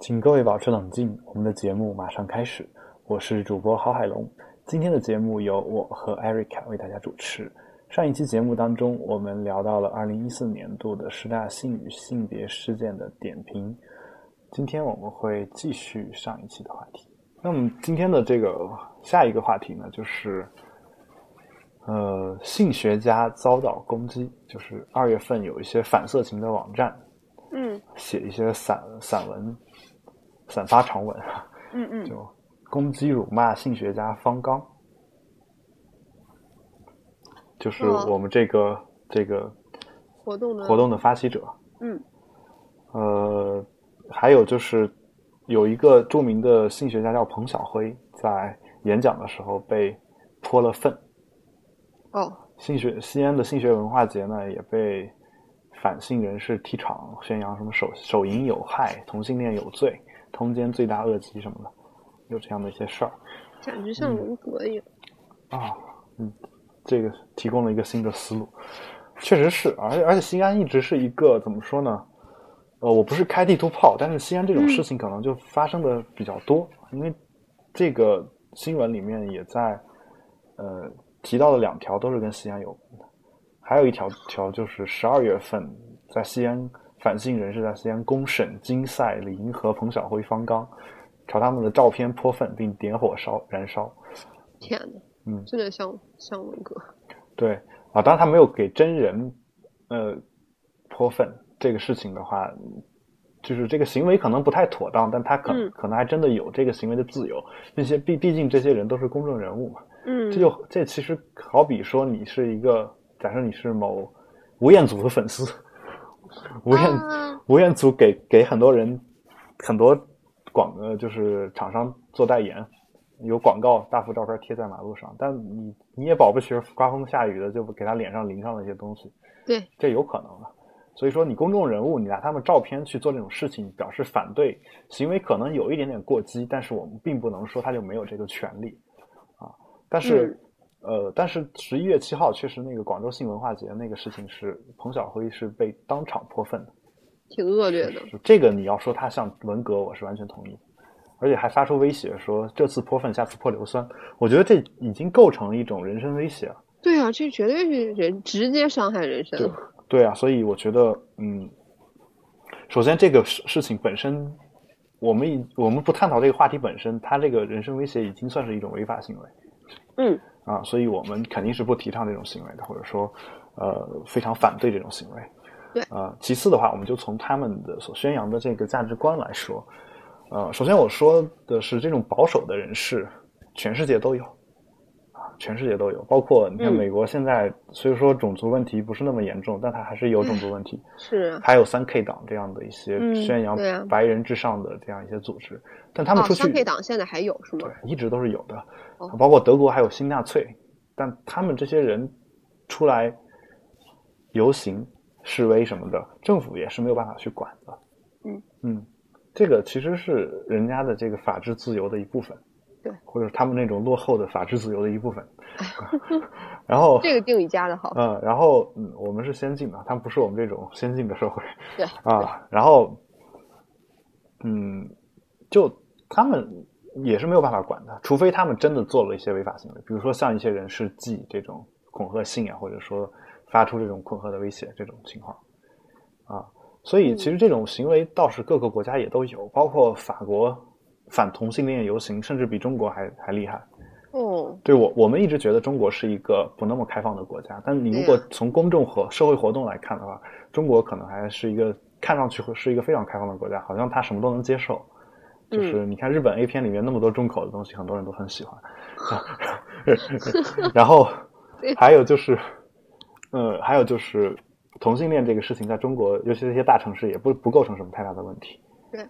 请各位保持冷静，我们的节目马上开始。我是主播郝海龙，今天的节目由我和 Erica 为大家主持。上一期节目当中，我们聊到了2014年度的十大性与性别事件的点评。今天我们会继续上一期的话题。那么今天的这个下一个话题呢，就是呃，性学家遭到攻击，就是二月份有一些反色情的网站嗯写一些散散文、散发长文，啊嗯嗯，就攻击辱骂性学家方刚，就是哦我们这个这个活动的活，动的发起者。嗯呃，还有就是有一个著名的性学家叫彭晓辉，在演讲的时候被泼了粪。哦，性学西安的性学文化节呢，也被反性人士踢场，宣扬什么手手淫有害、同性恋有罪、通奸罪大恶极什么的，有这样的一些事儿感觉像文革一样。啊。嗯，这个提供了一个新的思路，确实是，而且而且西安一直是一个怎么说呢？呃，我不是开地图炮，但是西安这种嗯事情可能就发生的比较多，因为这个新闻里面也在呃提到的两条都是跟西安有关的，还有一条条就是十二月份在西安反性人士在西安公审金赛、李银河、彭晓辉、方刚，朝他们的照片泼粪并点火烧燃烧。天呐，嗯真的像像文革。对啊，当然他没有给真人呃泼粪这个事情的话，就是这个行为可能不太妥当，但他可、嗯可能还真的有这个行为的自由。那些毕毕竟这些人都是公众人物嘛，嗯，这就这其实好比说你是一个，假设你是某吴彦祖的粉丝，吴彦、啊吴彦祖给给很多人很多广呃就是厂商做代言，有广告大幅照片贴在马路上，但你你也保不齐刮风下雨的就给他脸上淋上了一些东西，对，这有可能的。所以说，你公众人物，你拿他们照片去做这种事情，表示反对行为，可能有一点点过激，但是我们并不能说他就没有这个权利啊。但是，呃，但是十一月七号确实那个广州性文化节那个事情是彭晓辉是被当场泼粪的。挺恶劣的。就这个你要说他像文革，我是完全同意，而且还发出威胁说这次泼粪，下次泼硫酸。我觉得这已经构成一种人身威胁了。对啊，这绝对是人直接伤害人身对了。对啊，所以我觉得，嗯，首先这个事事情本身，我们已我们不探讨这个话题本身，它这个人身威胁已经算是一种违法行为嗯啊，所以我们肯定是不提倡这种行为的，或者说，呃，非常反对这种行为。对呃，其次的话，我们就从他们的所宣扬的这个价值观来说，呃，首先我说的是这种保守的人士，全世界都有。啊，全世界都有，包括你看嗯美国现在虽说种族问题不是那么严重，但它还是有种族问题。是啊，还有三 K 党这样的一些嗯宣扬对啊白人至上的这样一些组织，但他们哦出，去、三 K 党现在还有是吗对？一直都是有的哦，包括德国还有新纳粹，但他们这些人出来游行、示威什么的，政府也是没有办法去管的。嗯嗯，这个其实是人家的这个法治自由的一部分，对或者是他们那种落后的法治自由的一部 分。然后这个定语加的好。嗯，然后嗯，我们是先进的，他们不是我们这种 先进的社会。对啊，然后嗯，就他们也是没有办法管的，除非他们真的做了一些违法行为，比如说像一些人是寄这种恐吓信啊，或者说发出这种恐吓的威胁这种情况啊。所嗯以其实这种行为倒是各个国家也都有，包括法国反同性恋游行，甚至比中国还还厉害。哦，对我，我们一直觉得中国是一个不那么开放的国家，但你如果对呀啊从公众和社会活动来看的话，中国可能还是一个看上去会是一个非常开放的国家，好像他什么都能接受。嗯就是你看日本 A 片里面那么多重口的东西，很多人都很喜 欢。然后对还有就是，呃，还有就是同性恋这个事情，在中国，尤其是一些大城市，也不不构成什么太大的问题。对。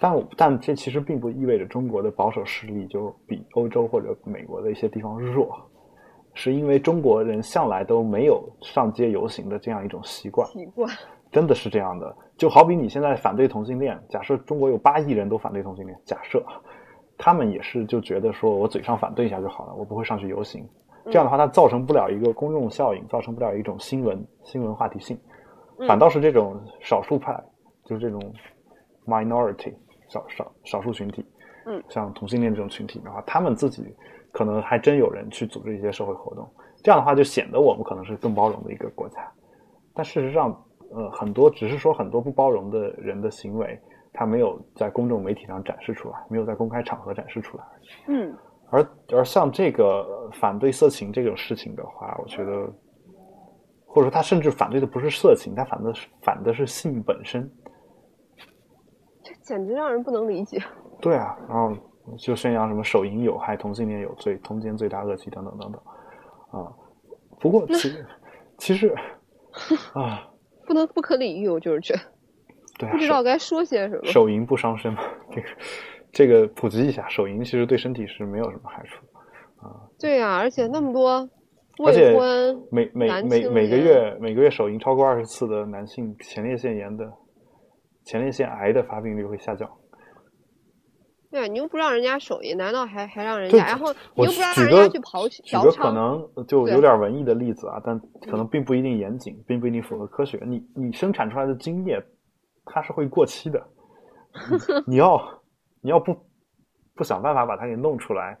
但我但这其实并不意味着中国的保守势力就比欧洲或者美国的一些地方弱，是因为中国人向来都没有上街游行的这样一种习惯。奇怪。真的是这样的。就好比你现在反对同性恋，假设中国有八亿人都反对同性恋，假设他们也是就觉得说我嘴上反对一下就好了，我不会上去游行。这嗯样的话，它造成不了一个公众效应，造成不了一种新闻新闻话题性，嗯反倒是这种少数派，就是这种 minority 少少少数群体，嗯，像同性恋这种群体的话，他们自己可能还真有人去组织一些社会活动，这样的话就显得我们可能是更包容的一个国家，但事实上，呃，很多只是说很多不包容的人的行为，他没有在公众媒体上展示出来，没有在公开场合展示出来。嗯而而像这个呃反对色情这种事情的话，我觉得，或者说他甚至反对的不是色情，他反的是反的是性本身。这简直让人不能理解。对啊，然后就宣扬什么手淫有害、同性恋有罪、通奸罪大恶极等等等等啊。不过其实其 实啊，不能不可理喻，我就是觉得对啊，不知手道该说些什 么。手淫不伤身嘛，这个这个普及一下，手淫其实对身体是没有什么害处的。对呀、而且那么多而且未婚，每每男每青每个年月每个月手淫超过二十次的男性，前列腺炎的前列腺癌的发病率会下降。对呀、你又不让人家手艺，难道还还让人对家？然后你我又不让举人个家去刨举嫖个可娼，能就对有点文艺的例子啊，但可能并不一定严谨，并不一定符合科学。你你生产出来的精液，它是会过期的，你 你要你要不不想办法把它给弄出来，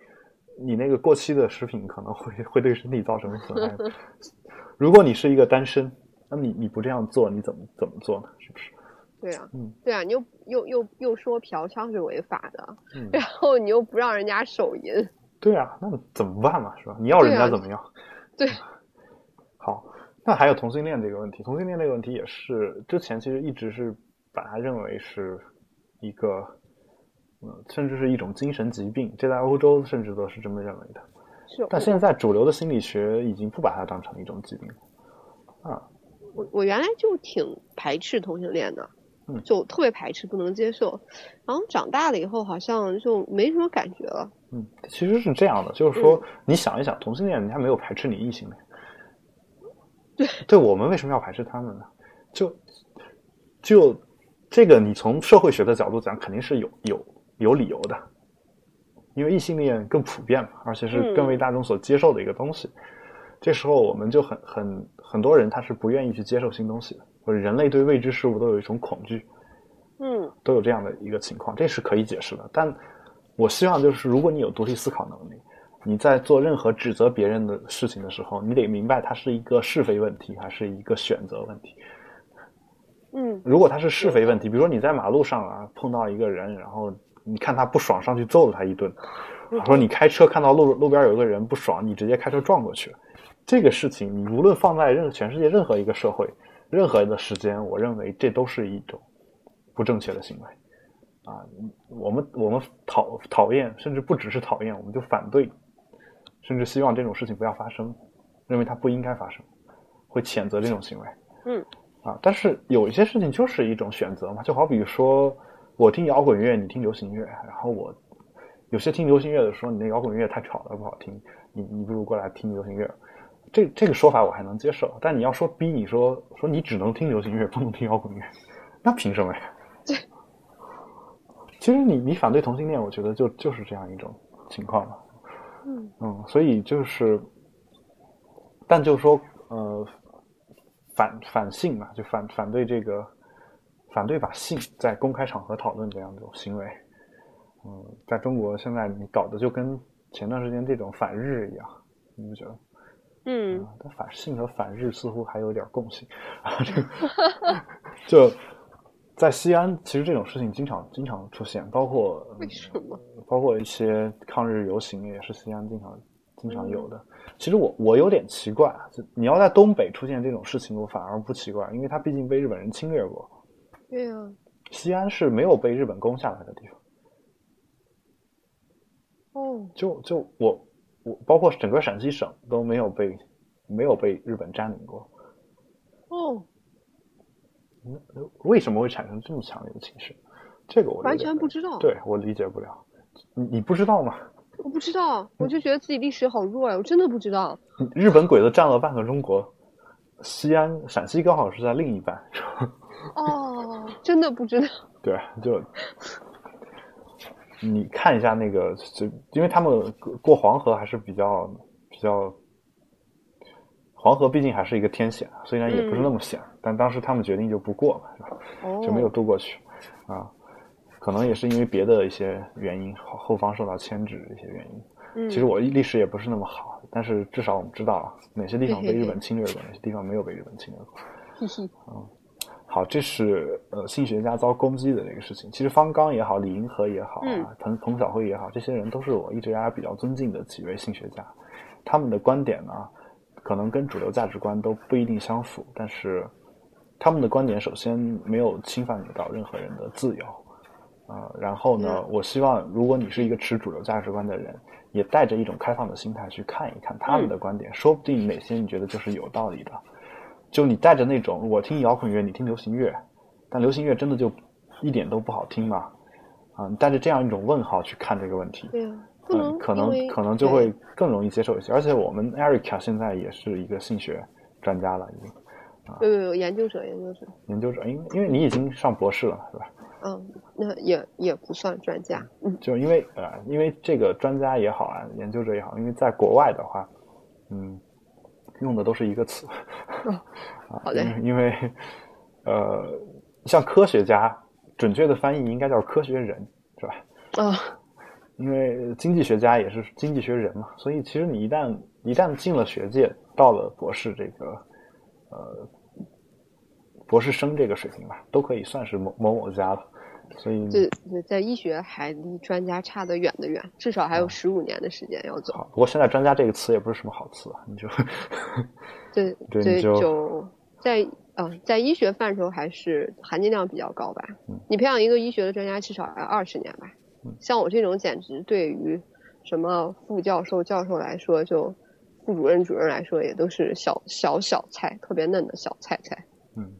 你那个过期的食品可能会会对身体造成损害。如果你是一个单身，那你你不这样做，你怎么怎么做呢？是不是？对呀、嗯对呀、啊你又又又又说嫖娼是违法的， 嗯，然后你又不让人家手淫，对啊，那怎么办嘛，是吧？你要人对家啊怎么样？对 好，那还有同性恋这个问题，同性恋这个问题也是之前其实一直是把它认为是一个，呃，甚至是一种精神疾病，这在欧洲甚至都是这么认为的。是我但现在主流的心理学已经不把它当成一种疾病了。我我原来就挺排斥同性恋的，嗯就特别排斥，不能接受。然后长大了以后，好像就没什么感觉了。嗯，其实是这样的，就是说，你想一想，同性恋人家没有排斥你异性恋，对，对我们为什么要排斥他们呢？就就这个，你从社会学的角度讲，肯定是有有有理由的，因为异性恋更普遍嘛，而且是更为大众所接受的一个东西。这时候我们就很很很多人他是不愿意去接受新东西的，或者人类对未知事物都有一种恐惧。嗯都有这样的一个情况，这是可以解释的。但我希望就是，如果你有独立思考能力，你在做任何指责别人的事情的时候，你得明白它是一个是非问题，还是一个选择问题。嗯如果它是是非问题，比如说你在马路上啊碰到一个人，然后你看他不爽，上去揍了他一顿，或者说你开车看到路路边有一个人不爽，你直接开车撞过去，这个事情你无论放在任全世界任何一个社会、任何的时间，我认为这都是一种不正确的行为。啊，我们我们讨讨厌，甚至不只是讨厌，我们就反对，甚至希望这种事情不要发生，认为它不应该发生，会谴责这种行为。嗯，啊，但是有一些事情就是一种选择嘛，就好比说我听摇滚乐，你听流行乐，然后我有些听流行乐的说你那摇滚乐太吵了不好听，你你不如过来听流行乐。这这个说法我还能接受，但你要说逼你说说你只能听流行乐，不能听摇滚乐，那凭什么呀？其实你你反对同性恋，我觉得就就是这样一种情况嘛。嗯嗯，所以就是，但就说呃，反反性嘛，就反反对这个，反对把性在公开场合讨论这样一种行为。嗯，在中国现在你搞得就跟前段时间这种反日一样，你不觉得吗？嗯，啊，但反性和反日似乎还有点共性， 啊，这个就在西安，其实这种事情经常经常出现，包括为什么？包括一些抗日游行也是西安经常经嗯常有的。其实我我有点奇怪啊，就你要在东北出现这种事情，我反而不奇怪，因为它毕竟被日本人侵略过，对呀、西安是没有被日本攻下来的地方。哦，就就我我包括整个陕西省都没有被没有被日本占领过，哦，嗯为什么会产生这么强烈的情绪？这个我完有点全不知道，对我理解不了。你你不知道吗？ 我不知道，我就觉得自己历史好弱呀、我真的不知道。日本鬼子占了半个中国，西安陕西刚好是在另一半，哦，真的不知道。对，就你看一下那个，就因为他们过过黄河还是比较比较，黄河毕竟还是一个天险，虽然也嗯不是那么险，但当时他们决定就不过嘛，是吧？哦，就没有渡过去啊。可能也是因为别的一些原因，后后方受到牵制一些原因。嗯，其实我历史也不是那么好，但是至少我们知道哪些地方被日本侵略嗯过，哪些地方没有被日本侵略过。嘿嘿好，这是呃性学家遭攻击的这个事情。其实方刚也好，李银河也好嗯啊，彭彭晓慧也好，这些人都是我一直大家比较尊敬的几位性学家。他们的观点呢，可能跟主流价值观都不一定相符，但是他们的观点首先没有侵犯到任何人的自由。啊、然后呢，嗯我希望如果你是一个持主流价值观的人，也带着一种开放的心态去看一看他们的观点，说不定哪些你觉得就是有道理的。就你带着那种我听摇滚乐，你听流行乐，但流行乐真的就一点都不好听吗？啊、你带着这样一种问号去看这个问题，对啊，不能嗯，可因为能可能就会更容易接受一些。而且我们 Erica 现在也是一个性学专家了，已经有有有研究者研究者，研究者，因为因为你已经上博士了，是吧？嗯，那也也不算专家，嗯就因为呃，因为这个专家也好啊，研究者也好，因为在国外的话，嗯，用的都是一个词，好嘞因为因为呃，像科学家，准确的翻译应该叫科学人，是吧？啊，因为经济学家也是经济学人嘛，所以其实你一旦一旦进了学界，到了博士这个呃博士生这个水平吧，都可以算是某某某家了。所以这这在医学还离专家差得远得远，至少还有十五年的时间要走。好，不过现在专家这个词也不是什么好词啊，你就这对这你就就在啊、在医学范畴还是含金量比较高吧。嗯你培养一个医学的专家至少要二十年吧。像我这种简直对于什么副教授、教授来说，就副主任、主任来说也都是小小小菜，特别嫩的小菜菜。嗯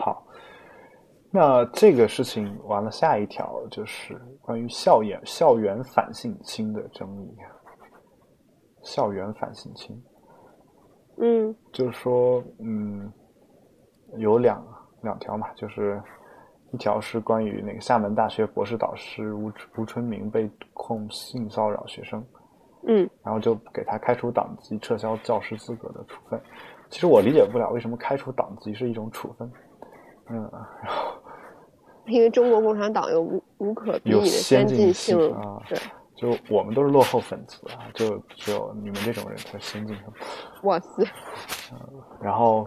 好。那这个事情完了，下一条就是关于校园校园反性侵的争议。校园反性侵，嗯就是说，嗯，有两两条嘛，就是一条是关于那个厦门大学博士导师吴吴春明被控性骚扰学生，嗯，然后就给他开除党籍、撤销教师资格的处分。其实我理解不了为什么开除党籍是一种处分，嗯，因为中国共产党有无无可比拟有的先进进性，性啊对，就我们都是落后分子啊，就只有你们这种人才先进。哇塞， 然后，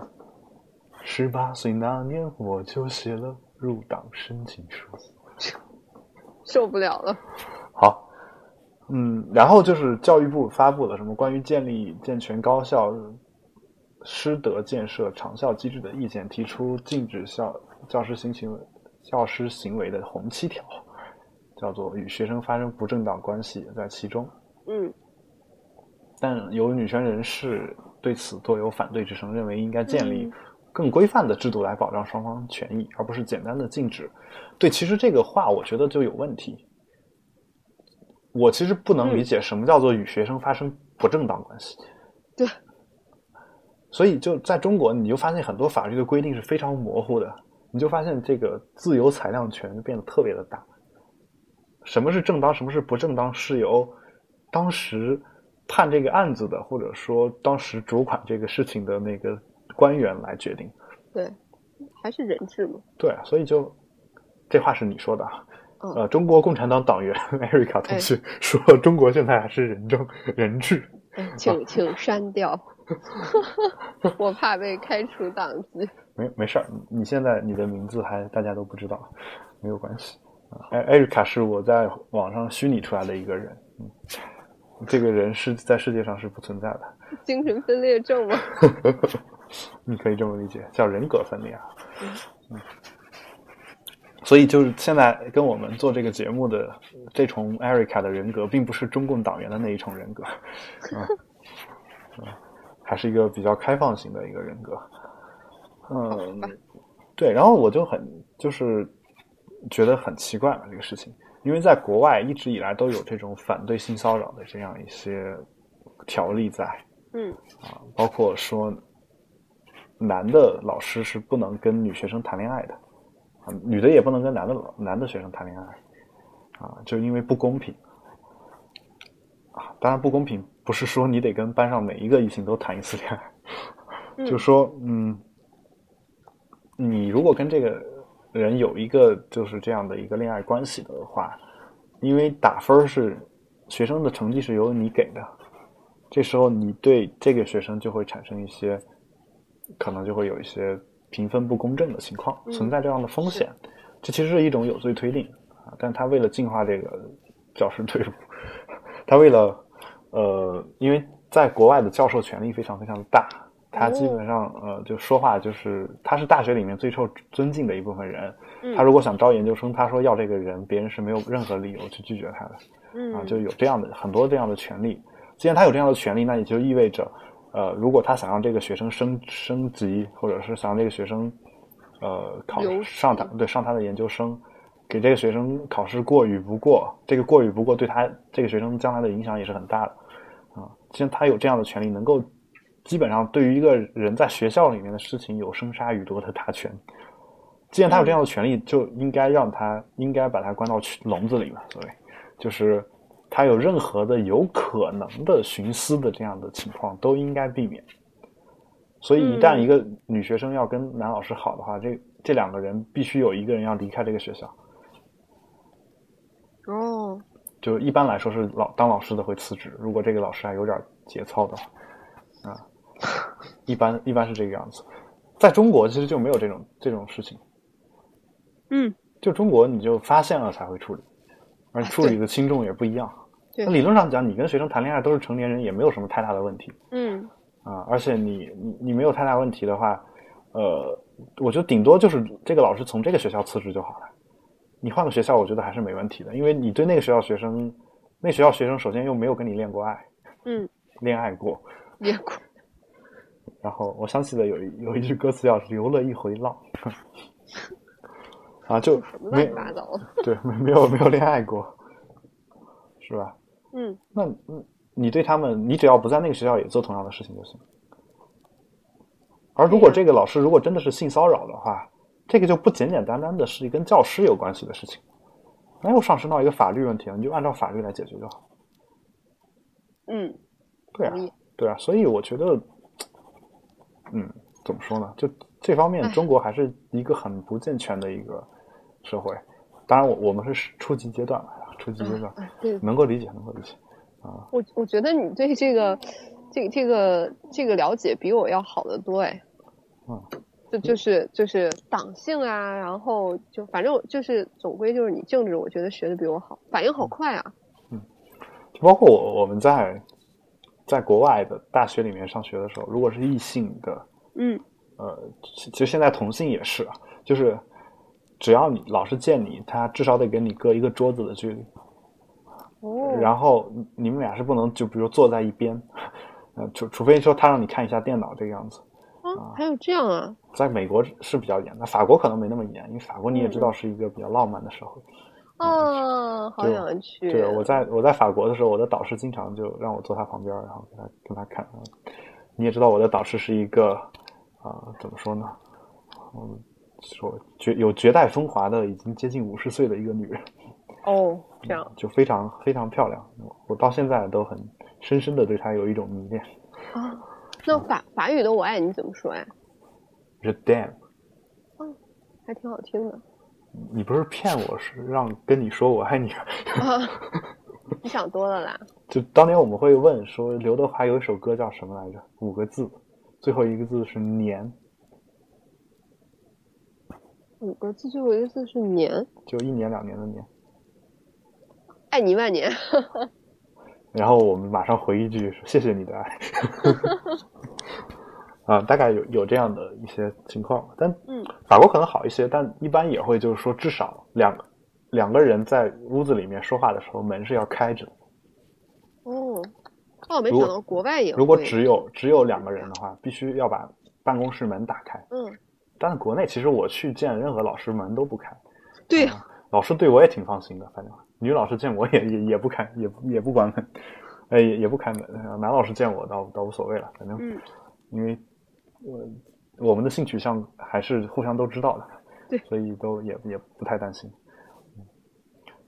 十八岁那年我就写了入党申请书。受不了了。好，嗯，然后就是教育部发布了什么关于建立健全高校师德建设长效机制的意见，提出禁止校教师性行为教师行为的红七条，叫做与学生发生不正当关系也在其中。嗯但有女权人士对此多有反对之声，认为应该建立嗯更规范的制度来保障双方权益，而不是简单的禁止。对，其实这个话我觉得就有问题。我其实不能理嗯解什么叫做与学生发生不正当关系。对，所以就在中国，你就发现很多法律的规定是非常模糊的，你就发现这个自由裁量权变得特别的大。什么是正当，什么是不正当，是由当时判这个案子的，或者说当时主管这个事情的那个官员来决定。对，还是人质嘛。对，所以就这话是你说的啊。嗯呃，中国共产党党员 艾瑞卡同学说，中国现在还是人政人治。 请请删掉， 我怕被开除党籍。没没事儿，你你现在你的名字还大家都不知道，没有关系。艾艾瑞卡是我在网上虚拟出来的一个人，嗯，这个人是在世界上是不存在的，精神分裂症吗？ 你可以这么理解，叫人格分裂啊。嗯，所以就是现在跟我们做这个节目的这重艾瑞卡的人格，并不是中共党员的那一重人格，嗯，嗯还是一个比较开放型的一个人格。嗯，对，然后我就很就是觉得很奇怪嘛，这个事情，因为在国外一直以来都有这种反对性骚扰的这样一些条例在，嗯啊，包括说男的老师是不能跟女学生谈恋爱的，啊，女的也不能跟男的老男的学生谈恋爱，啊，就因为不公平。啊，当然不公平，不是说你得跟班上每一个异性都谈一次恋爱，嗯就说嗯，你如果跟这个人有一个就是这样的一个恋爱关系的话，因为打分是学生的成绩是由你给的，这时候你对这个学生就会产生一些，可能就会有一些评分不公正的情况，嗯存在这样的风险。这其实是一种有罪推定啊，但他为了净化这个教师队伍，他为了呃，因为在国外的教授权力非常非常大，他基本上呃就说话就是他是大学里面最受尊敬的一部分人，嗯他如果想招研究生，他说要这个人，别人是没有任何理由去拒绝他的啊，嗯，就有这样的很多这样的权利。既然他有这样的权利，那也就意味着，呃，如果他想让这个学生升升级，或者是想让这个学生，呃，考留级上他对上他的研究生，给这个学生考试过与不过，这个过与不过对他这个学生将来的影响也是很大的啊。既然他有这样的权利，能够基本上对于一个人在学校里面的事情有生杀予夺的大权。既然他有这样的权利，就应该让他应该把他关到去笼子里嘛，所谓。就是他有任何的有可能的徇私的这样的情况都应该避免。所以，一旦嗯一个女学生要跟男老师好的话，这这两个人必须有一个人要离开这个学校。哦，就是一般来说是老当老师的会辞职，如果这个老师还有点节操的话，啊，一般一般是这个样子。在中国其实就没有这种这种事情，嗯，就中国你就发现了才会处理，而啊处理的轻重也不一样。对那理论上讲，你跟学生谈恋爱都是成年人，也没有什么太大的问题。嗯，啊，而且你你你没有太大问题的话，呃，我觉得顶多就是这个老师从这个学校辞职就好了。你换个学校，我觉得还是没问题的，因为你对那个学校学生，那学校学生首先又没有跟你恋过爱，嗯， 恋爱过。也苦，然后我想起了有一有一句歌词叫“流了一回浪”， 啊，就什么乱没七八糟的， 对没没有没有恋爱过，是吧？嗯，那嗯你对他们，你只要不在那个学校也做同样的事情就行。而如果这个老师如果真的是性骚扰的话，这个就不简简单单的是跟教师有关系的事情，那又上升到一个法律问题了，你就按照法律来解决就好。嗯，对啊同，意，对啊，所以我觉得，嗯，怎么说呢？就这方面唉，中国还是一个很不健全的一个社会。当然我，我们是初级阶段嘛，初级阶段啊，对，能够理解，能够理解。我我觉得你对这个，这这个这个了解比我要好得多哎。嗯，就就是就是党性啊，然后就反正我就是总归就是你政治，我觉得学的比我好，反应嗯好快啊。就包括我我们在在国外的大学里面上学的时候，如果是异性的，嗯呃，其其实现在同性也是啊，就是只要你老师见你，他至少得跟你隔一个桌子的距离，哦，然后你你们俩是不能就比如坐在一边，呃，除除非说他让你看一下电脑这个样子。啊，还有这样啊，在美国是比较严的，法国可能没那么严，因为法国你也知道是一个比较浪漫的社会。啊，好嗯对想去。对，我在我在法国的时候，我的导师经常就让我坐他旁边，然后给他跟他看。你也知道，我的导师是一个啊、呃怎么说呢？嗯，说绝有绝代风华的，已经接近五十岁的一个女人，哦，这样就非常非常漂亮。我我到现在都很深深的对她有一种迷恋。啊，那法法语的我爱你怎么说呀？ The damn，还挺好 听的你不是骗我是让跟你说我爱你？啊，你想多了啦。 就当年我们会问说刘德华有一首歌叫什么来着？五个字，最后一个字是年。五个字最后一个字是年，就一年两年的年，爱你万年。然后我们马上回一句“谢谢你的爱” 啊，大概有有这样的一些情况，但嗯法国可能好一些，但一般也会就是说，至少两个两个人在屋子里面说话的时候，门是要开着的。哦，哦，没如果想到国外也如果会只有只有两个人的话，必须要把办公室门打开。嗯，但是国内其实我去见任何老师门都不开，嗯对，老师对我也挺放心的，反正女老师见我也 也也不开，也不也不关门，哎也也不开门。男老师见我倒倒无所谓了，反正嗯，因为我我们的性取向还是互相都知道的，对所以都也也不太担心。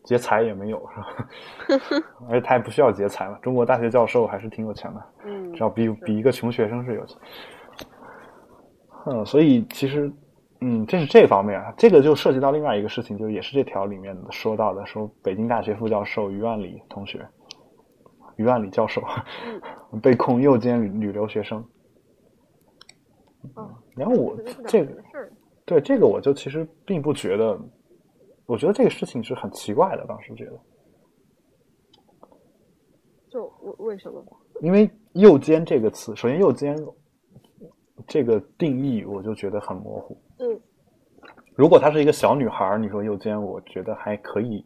劫财也没有是吧？而且他也不需要劫财嘛，中国大学教授还是挺有钱的。嗯只要比比一个穷学生是有钱。嗯，所以其实嗯，这是这方面啊，这个就涉及到另外一个事情，就是也是这条里面的说到的，说北京大学副教授于万里同学，于万里教授 被控诱奸女女留学生。嗯哦，然后我可能是两这个回事儿对这个我就其实并不觉得，我觉得这个事情是很奇怪的，当时觉得，就为为什么？因为“右肩”这个词，首先“右肩”这个定义我就觉得很模糊。嗯，如果她是一个小女孩儿，你说“右肩”，我觉得还可以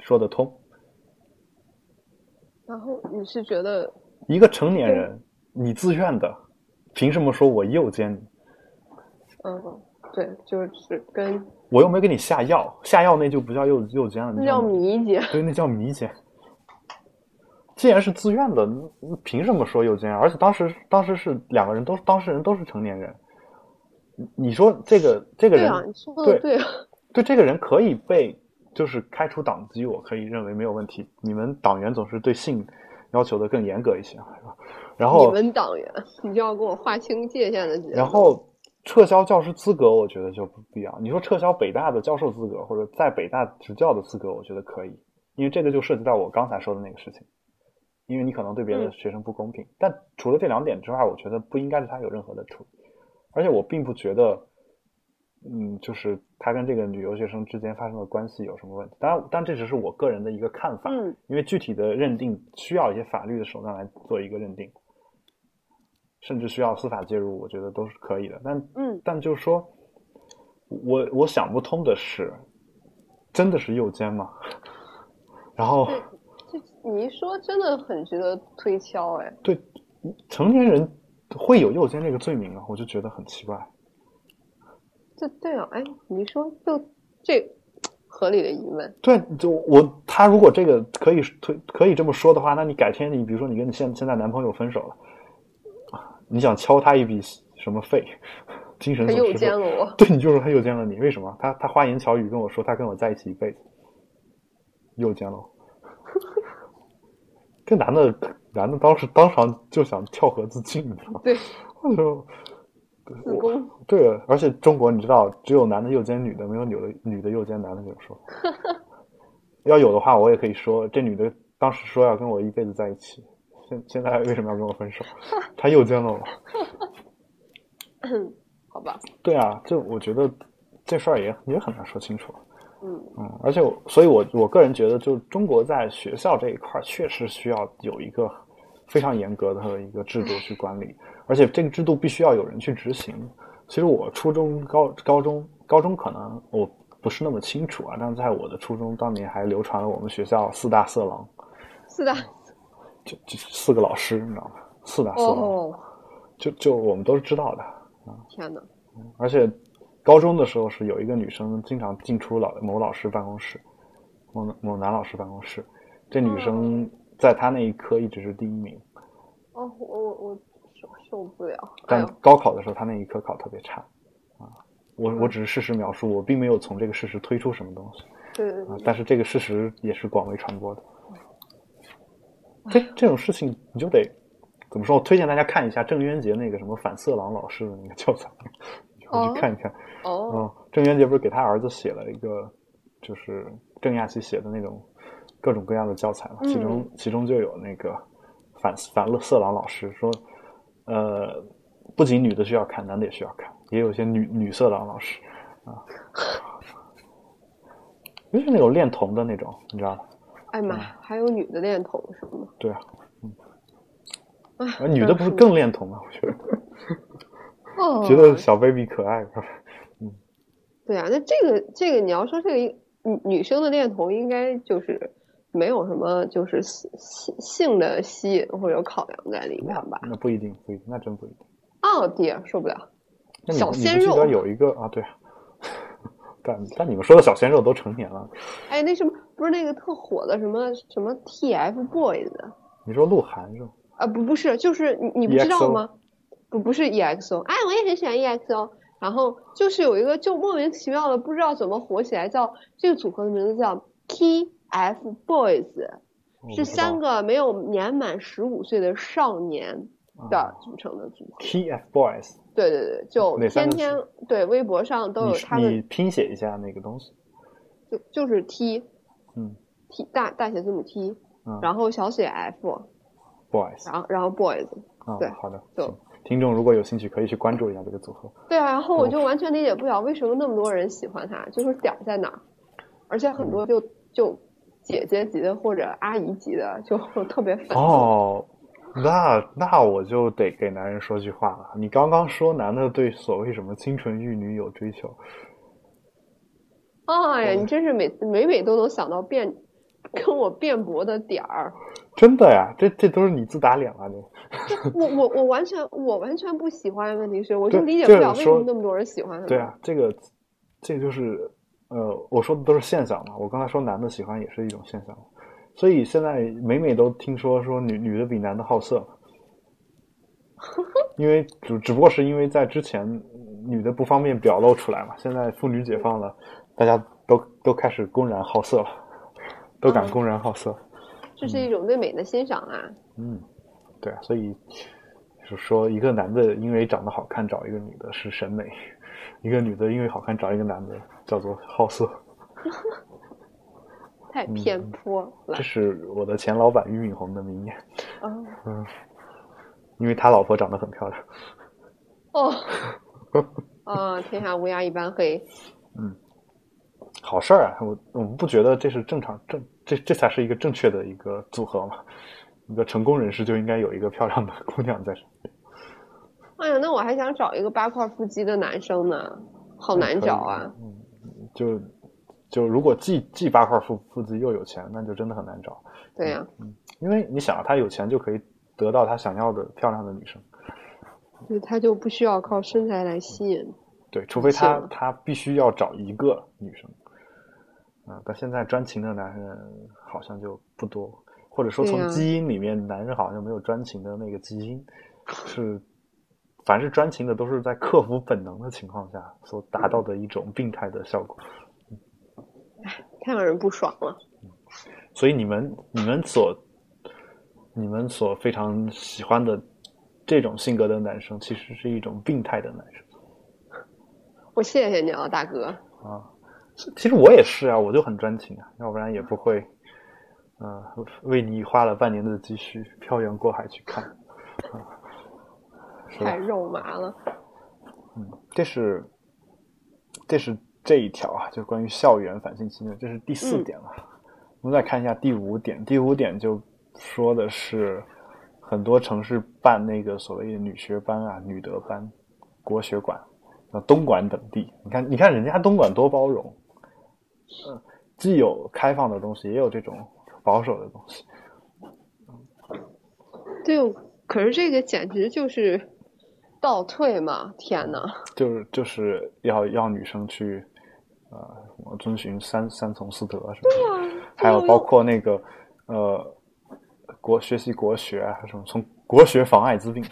说得通。然后你是觉得一个成年人，你自愿的，凭什么说我右肩你？嗯，对，就是跟我又没给你下药，下药那就不叫右右肩了，那那叫迷，迷姐，对，那叫迷奸。既然是自愿的，那凭什么说右肩？而且当时当时是两个人都当事人都是成年人，你你说这个这个对人啊，你说的对啊，对这个人可以被就是开除党籍，我可以认为没有问题。你们党员总是对性要求的更严格一些，是吧？然你后们党员，你就要跟我划清界限的节奏。然后撤销教师资格，我觉得就不必要。你说撤销北大的教授资格或者在北大执教的资格，我觉得可以，因为这个就涉及到我刚才说的那个事情，因为你可能对别的嗯学生不公平。但除了这两点之外，我觉得不应该对他有任何的处理，而且我并不觉得。嗯，就是他跟这个女留学生之间发生的关系有什么问题？当然，当然这只是我个人的一个看法，嗯，因为具体的认定需要一些法律的手段来做一个认定，甚至需要司法介入，我觉得都是可以的。但嗯但就是说，我我想不通的是，真的是右肩吗？ 然后这你一说真的很值得推敲哎。对成年人会有右肩这个罪名啊，我就觉得很奇怪。这对啊，哎，你说就这合理的疑问，对，就我他如果这个可以推可以这么说的话，那你改天你比如说你跟你现现在男朋友分手了，你想敲他一笔什么费， 精神他损又失费奸了我， 对你就是他又奸了你，为什么？他他花言巧语跟我说他跟我在一起一辈子，又奸了 我。这男的男的当时当场就想跳河自尽，你知道吗？对，我就自宫。对，而且中国你知道，只有男的右奸女的，没有女的女的右奸男的这种说法。要有的话，我也可以说，这女的当时说要跟我一辈子在一起，现现在为什么要跟我分手？她右奸了我。好吧，对啊，这我觉得这事儿也也很难说清楚。嗯嗯，而且我，所以我我个人觉得，就中国在学校这一块，确实需要有一个非常严格的一个制度去管理，而且这个制度必须要有人去执行。其实我初中、高高中、高中可能我不是那么清楚啊，但在我的初中当年还流传了我们学校四大色狼，是的，就就四个老师，你知道吗？四大色狼，哦，就就我们都是知道的。天哪，而且高中的时候是有一个女生经常进出老某老师办公室，某某男老师办公室。这嗯女生在她那一科一直是第一名，哦，我我我受受不了，哎但呦，高考的时候她那一科考得特别差。啊，我嗯我只是事实描述，我并没有从这个事实推出什么东西对对啊对，。但是这个事实也是广为传播的。嗯这这种事情你就得怎么说？我推荐大家看一下郑渊洁那个什么反色狼老师的那个教材，你回哦去看一看。哦，嗯，郑渊洁不是给他儿子写了一个，就是郑亚其写的那种各种各样的教材嘛，其嗯中其中就有那个反反勒色狼老师说，呃，不仅女的需要看，男的也需要看，也有一些女女色狼老师啊，就是那种恋童的那种，你知道吗？哎妈，嗯还有女的恋童是吗？对啊，哎而女的不是更恋童吗？我觉得哦觉得小 baby 可爱， 是吧对啊，那这个这个你要说这个女女生的恋童，应该就是没有什么就是性性性的吸引或者有考量在里面吧？那不一定，不一定，那真不一定。奥迪受不了，那你小们你鲜们记得肉有一个啊，对啊，但但你们说的小鲜肉都成年了，哎，那什么不是那个特火的什么什么 TFBOYS 的你说鹿晗是吧？啊？不不是，就是你你不知道吗？不不是 EXO，哎，我也很喜欢 EXO。然后就是有一个就莫名其妙的不知道怎么火起来，叫这个组合的名字叫 TFBOYS。我不是知三道个没有年满十五岁的少年啊的组成的组合。 TF Boys 对对对，就哪三天个天对微博上都有他你你们，拼写一下那个东西，就就是 T，嗯，T 大大写字母 T，嗯然后小写 F， ，boys 然后然后 boys，啊对，好的，就行。听众如果有兴趣，可以去关注一下这个组合。对啊，然后哦我就完全理解不了为什么那么多人喜欢他，就是屌在哪儿，而且很多嗯就就姐姐级的或者阿姨级的就特别粉。哦，那那我就得给男人说句话了。你刚刚说男的对所谓什么清纯玉女有追求，哎哦呀，你真是每每每都能想到辩跟我辩驳的点儿，真的呀？这这都是你自打脸了你。 我我我完全我完全不喜欢。问题是，我就对理解这不个了为什么说那么多人喜欢他。对，啊，这个这个就是呃，我说的都是现象嘛。我刚才说男的喜欢也是一种现象，所以现在每每都听说说女女的比男的好色，因为只只不过是因为在之前嗯女的不方便表露出来嘛，现在妇女解放了，大家都都开始公然好色了，都敢嗯公然好色。这是一种对美的欣赏啊。嗯，对啊，所以就是说，一个男的因为长得好看找一个女的是审美，一个女的因为好看找一个男的叫做好色。太嗯偏颇了这。是我的前老板俞敏洪的名言，嗯 因为他老婆长得很漂亮。哦，啊，天下乌鸦一般黑。好事儿啊，我我们不觉得这是正常正这这才是一个正确的一个组合嘛。一个成功人士就应该有一个漂亮的姑娘在身边，哎呀，那我还想找一个八块腹肌的男生呢，好难找啊！嗯！嗯，就就如果既既八块腹腹肌又有钱，那就真的很难找。对啊呀、因为你想啊，他有钱就可以得到他想要的漂亮的女生，嗯所以他就不需要靠身材来吸引。对，除非他是他必须要找一个女生，啊、但现在专情的男人好像就不多，或者说对从呀基因里面，男人好像没有专情的那个基因，是凡是专情的都是在克服本能的情况下所达到的一种病态的效果。太让人不爽了。所以你们你们所你们所非常喜欢的这种性格的男生，其实是一种病态的男生。我谢谢你啊，大哥。啊，是其实我也是啊，我就很专情啊，要不然也不会，呃，为你花了半年的积蓄漂洋过海去看，啊，是太吧？肉麻了。嗯，这是这是这一条啊，就关于校园反性侵略，这是第四嗯点了。我们再看一下第五点，第五点就说的是很多城市办那个所谓的女学班啊、女德班、国学馆，那东莞等地，你看，你看人家东莞多包容，嗯、既有开放的东西，也有这种保守的东西。对，可是这个简直就是倒退嘛！天呐，就是就是要要女生去，呃，什么遵循三三从四德啊什么的，还有包括那个呃，国学习国学啊，什么从国学妨碍自病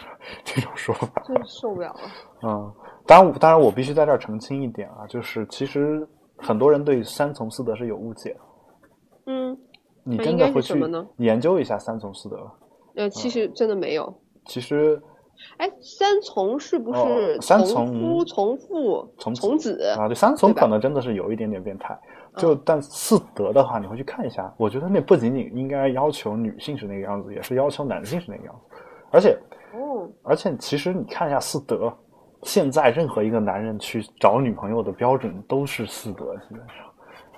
这种说法，真受不了了。嗯，当然我当然我必须在这儿澄清一点啊，就是其实很多人对三从四德是有误解的，嗯，你那真应的该会是什去么呢研究一下三从四德，呃，哦其实真的没有。其实哎，三从是不是哦三从夫、从父、从子从子？啊，对，三从对吧可能真的是有一点点变态。就嗯但四德的话，你回去看一下，我觉得那不仅仅应该要求女性是那个样子，也是要求男性是那个样子。而且哦，而且，其实你看一下四德，现在任何一个男人去找女朋友的标准都是四德，基本上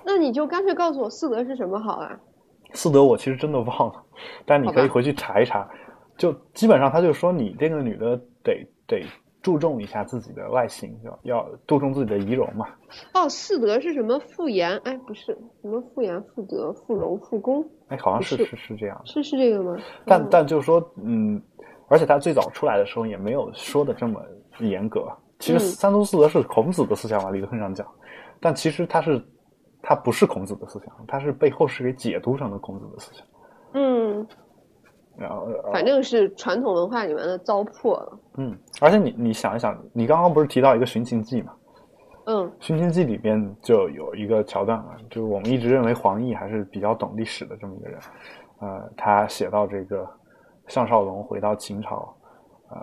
那你就干脆告诉我四德是什么好啊？四德我其实真的忘了，但你可以好吧回去查一查。就基本上他就说你这个女的得得注重一下自己的外形，要要注重自己的仪容嘛。哦，四德是什么？妇言？哎，不是，什么妇言、妇德、妇容、妇功，哎，好像不是是是是这样的。是是这个吗？但嗯但就是说，嗯，而且他最早出来的时候也没有说的这么严格。其实嗯三从四德是孔子的思想嘛，理论上讲，但其实他是他不是孔子的思想，他是被后世给解读成了孔子的思想。嗯，然后，呃反正是传统文化里面的糟粕了。嗯，而且你你想一想，你刚刚不是提到一个《寻秦记》嘛，嗯《寻秦记》里边就有一个桥段嘛，就是我们一直认为黄奕还是比较懂历史的这么一个人，呃，他写到这个项少龙回到秦朝，呃，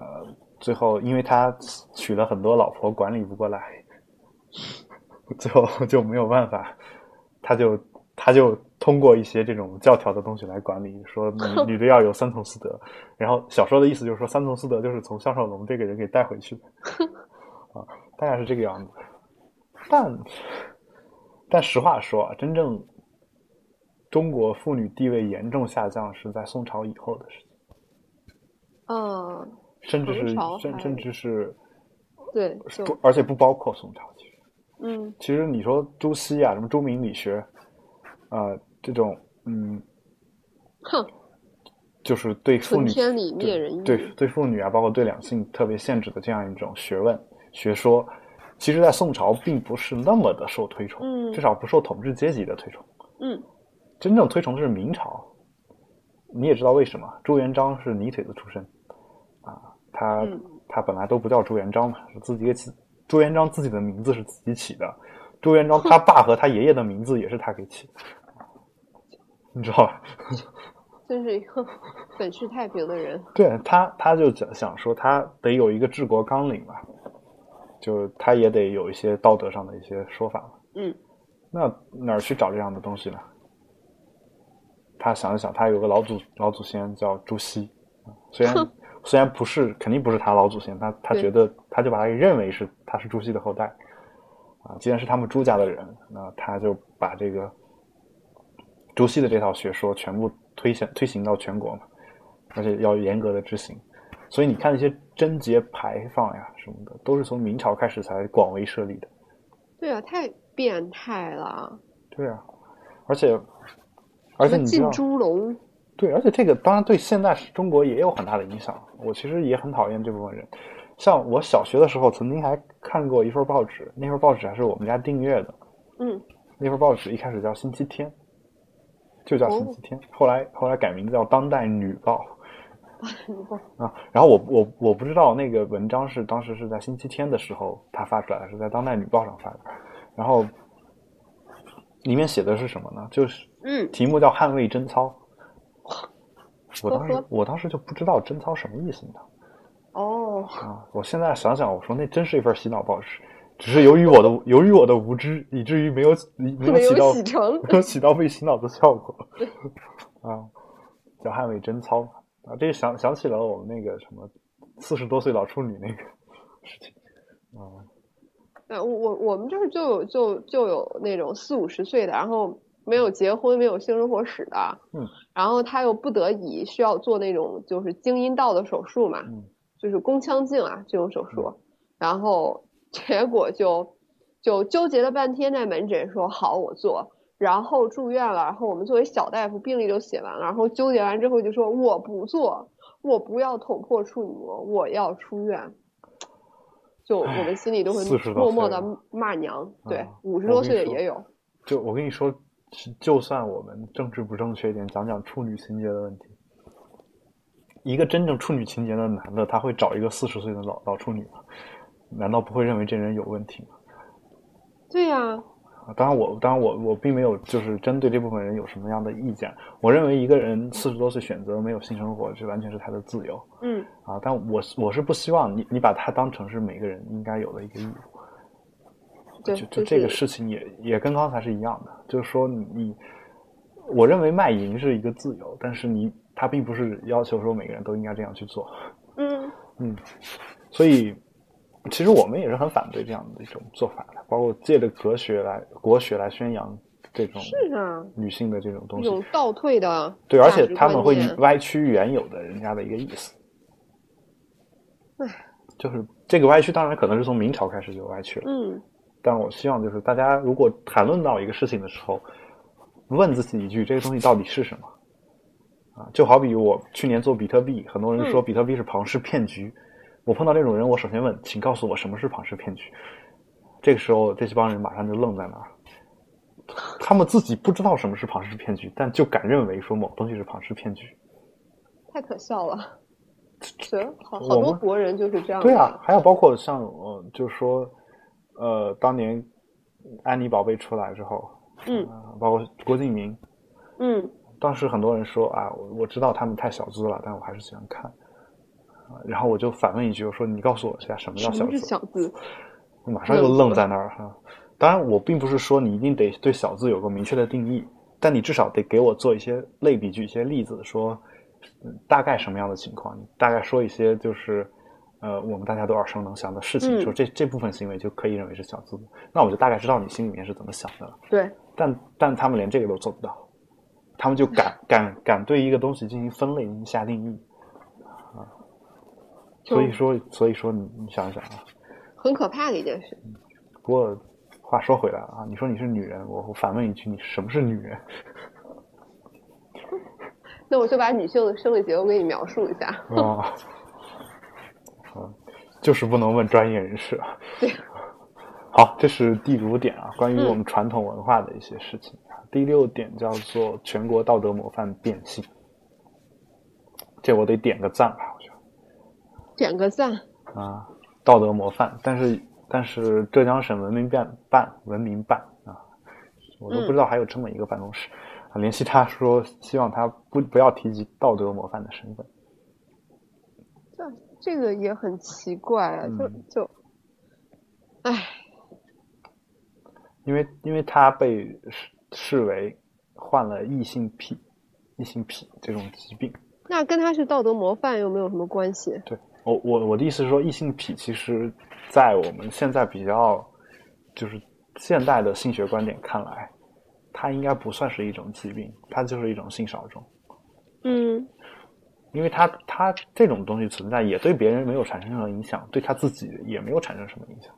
最后因为他娶了很多老婆，管理不过来， 最后就没有办法，他就他就通过一些这种教条的东西来管理，说女女的要有三从四德。然后小说的意思就是说，三从四德就是从项少龙这个人给带回去的， 啊，大概是这个样子。但但实话说啊，真正中国妇女地位严重下降是在宋朝以后的事情，嗯，甚至是唐朝甚还甚至是对，就不，而且不包括宋朝。其实，嗯其实你说朱熹啊，什么朱明理学，啊、这种，嗯，哼，就是对妇存女天理灭对人欲，对对妇女啊，包括对两性特别限制的这样一种学问学说，其实，在宋朝并不是那么的受推崇，嗯至少不受统治阶级的推崇。嗯真正推崇的是明朝。你也知道为什么，朱元璋是泥腿子出身，啊，他、嗯他本来都不叫朱元璋嘛，是自己给起。朱元璋自己的名字是自己起的，朱元璋他爸和他爷爷的名字也是他给起的， 你知道吧？真是一个 本是太平的人，对他，他就想想说，他得有一个治国纲领嘛，就他也得有一些道德上的一些说法嘛。嗯，那哪儿去找这样的东西呢？他想了想，他有个老祖老祖先叫朱熹，虽然虽然不是肯定不是他老祖先，他他对觉得他就把他给认为是他是朱熹的后代啊，既然是他们朱家的人，那他就把这个朱熹的这套学说全部推行推行到全国嘛，而且要严格的执行。所以你看那些贞节牌坊呀什么的，都是从明朝开始才广为设立的。对啊，太变态了，对啊，而且而且什你么知道进，猪笼，对，而且这个当然对现在中国也有很大的影响。我其实也很讨厌这部分人。像我小学的时候，曾经还看过一份报纸，那份报纸还是我们家订阅的。嗯那份报纸一开始叫《星期天》，就叫《哦星期天》，后来后来改名字叫《当代女报》。你不啊，然后我我我不知道那个文章是当时是在星期天的时候他发出来的，是在《当代女报》上发的，然后里面写的是什么呢？就是嗯，题目叫“捍卫贞操”。我当呵时呵我当时就不知道贞操什么意思呢哦，啊！我现在想想，我说那真是一份洗脑报纸，只是由于我的由于我的无知，以至于没有没有没起到有洗成，没有起到 被洗脑的效果。啊，叫捍卫贞操啊，这个想想起了我们那个什么四十多岁老处女那个事情啊，啊，我我我们这儿就有就就有那种四五十岁的，然后没有结婚、没有性生活史的，嗯，然后他又不得已需要做那种就是经阴道的手术嘛，嗯就是宫腔镜啊这种手术，然后 结果就就纠结了半天，在门诊说好我做，然后住院了，然后我们作为小大夫病历都写完了，然后纠结完之后就说我不做，我不要捅破处女膜，我要出院。就我们心里都会40多默默岁的了骂娘，对啊，五十我多跟岁的你说也有，就我跟你说，是就算我们政治不正确一点，讲讲处女情节的问题。一个真正处女情节的男的，他会找一个四十岁的老老处女吗？难道不会认为这人有问题吗？对呀、啊，当然我当然我我并没有就是针对这部分人有什么样的意见。我认为一个人四十多岁选择没有性生活，这完全是他的自由嗯，啊。但我是我是不希望你你把它当成是每个人应该有的一个义务。对，就就就这个是事情也也跟刚才是一样的，就是说你你，我认为卖淫是一个自由，但是你它并不是要求说每个人都应该这样去做。嗯，嗯，所以其实我们也是很反对这样的一种做法的，包括借着哲学来国学来宣扬这种是啊，女性的这种东一西。种倒退的对，而价且值他观们会念歪曲原有的人家的一个意思唉。就是这个歪曲，当然可能是从明朝开始就歪曲了。嗯，但我希望就是大家如果谈论到一个事情的时候，问自己一句：这个东西到底是什么？啊，就好比我去年做比特币，很多人说比特币是庞氏骗局，我碰到这种人，我首先问：请告诉我什么是庞氏骗局？这个时候，这帮人马上就愣在那儿，他们自己不知道什么是庞氏骗局，但就敢认为说某东西是庞氏骗局。太可笑了。是，好我好多们国人就是这样。对啊，，还有包括像呃，就是说，呃，当年安妮宝贝出来之后，嗯呃包括郭敬明，嗯，当时很多人说啊，我我知道他们太小资了，但我还是喜欢看。然后我就反问一句，我说：“你告诉我一下什么叫什小么是资？”小啊资？马上又愣在那儿哈。当然，我并不是说你一定得对小字有个明确的定义，但你至少得给我做一些类比句、一些例子，说、嗯大概什么样的情况，你大概说一些就是呃我们大家都耳熟能详的事情，嗯说这这部分行为就可以认为是小字，那我就大概知道你心里面是怎么想的了。对，但但他们连这个都做不到，他们就 敢敢敢对一个东西进行分类、进行下定义。就所以说，所以说你你想一想啊，很可怕的一件事。不过话说回来啊，你说你是女人，我我反问一句，你什么是女 人？那我就把女性的生理结构给你描述一下。啊、嗯，就是不能问专业人士啊。 对，好，这是第五点啊，关于嗯我们传统文化的一些事情。啊第六点叫做全国道德模范变性，这我得点个赞吧，我觉点个赞，得啊，道德模范。但是但是浙江省文明办办文明办啊，我都不知道还有这么一个办公室。啊联系他说，希望他不不要提及道德模范的身份。这个也很奇怪啊，就嗯就，唉，因为因为他被视视为患了异性癖、异性癖这种疾病。那跟他是道德模范又没有什么关系。我我我的意思是说，异性癖其实，在我们现在比较就是现代的性学观点看来，它应该不算是一种疾病，它就是一种性少众，嗯，因为它它这种东西存在，也对别人没有产生任何影响，对他自己也没有产生什么影响。嗯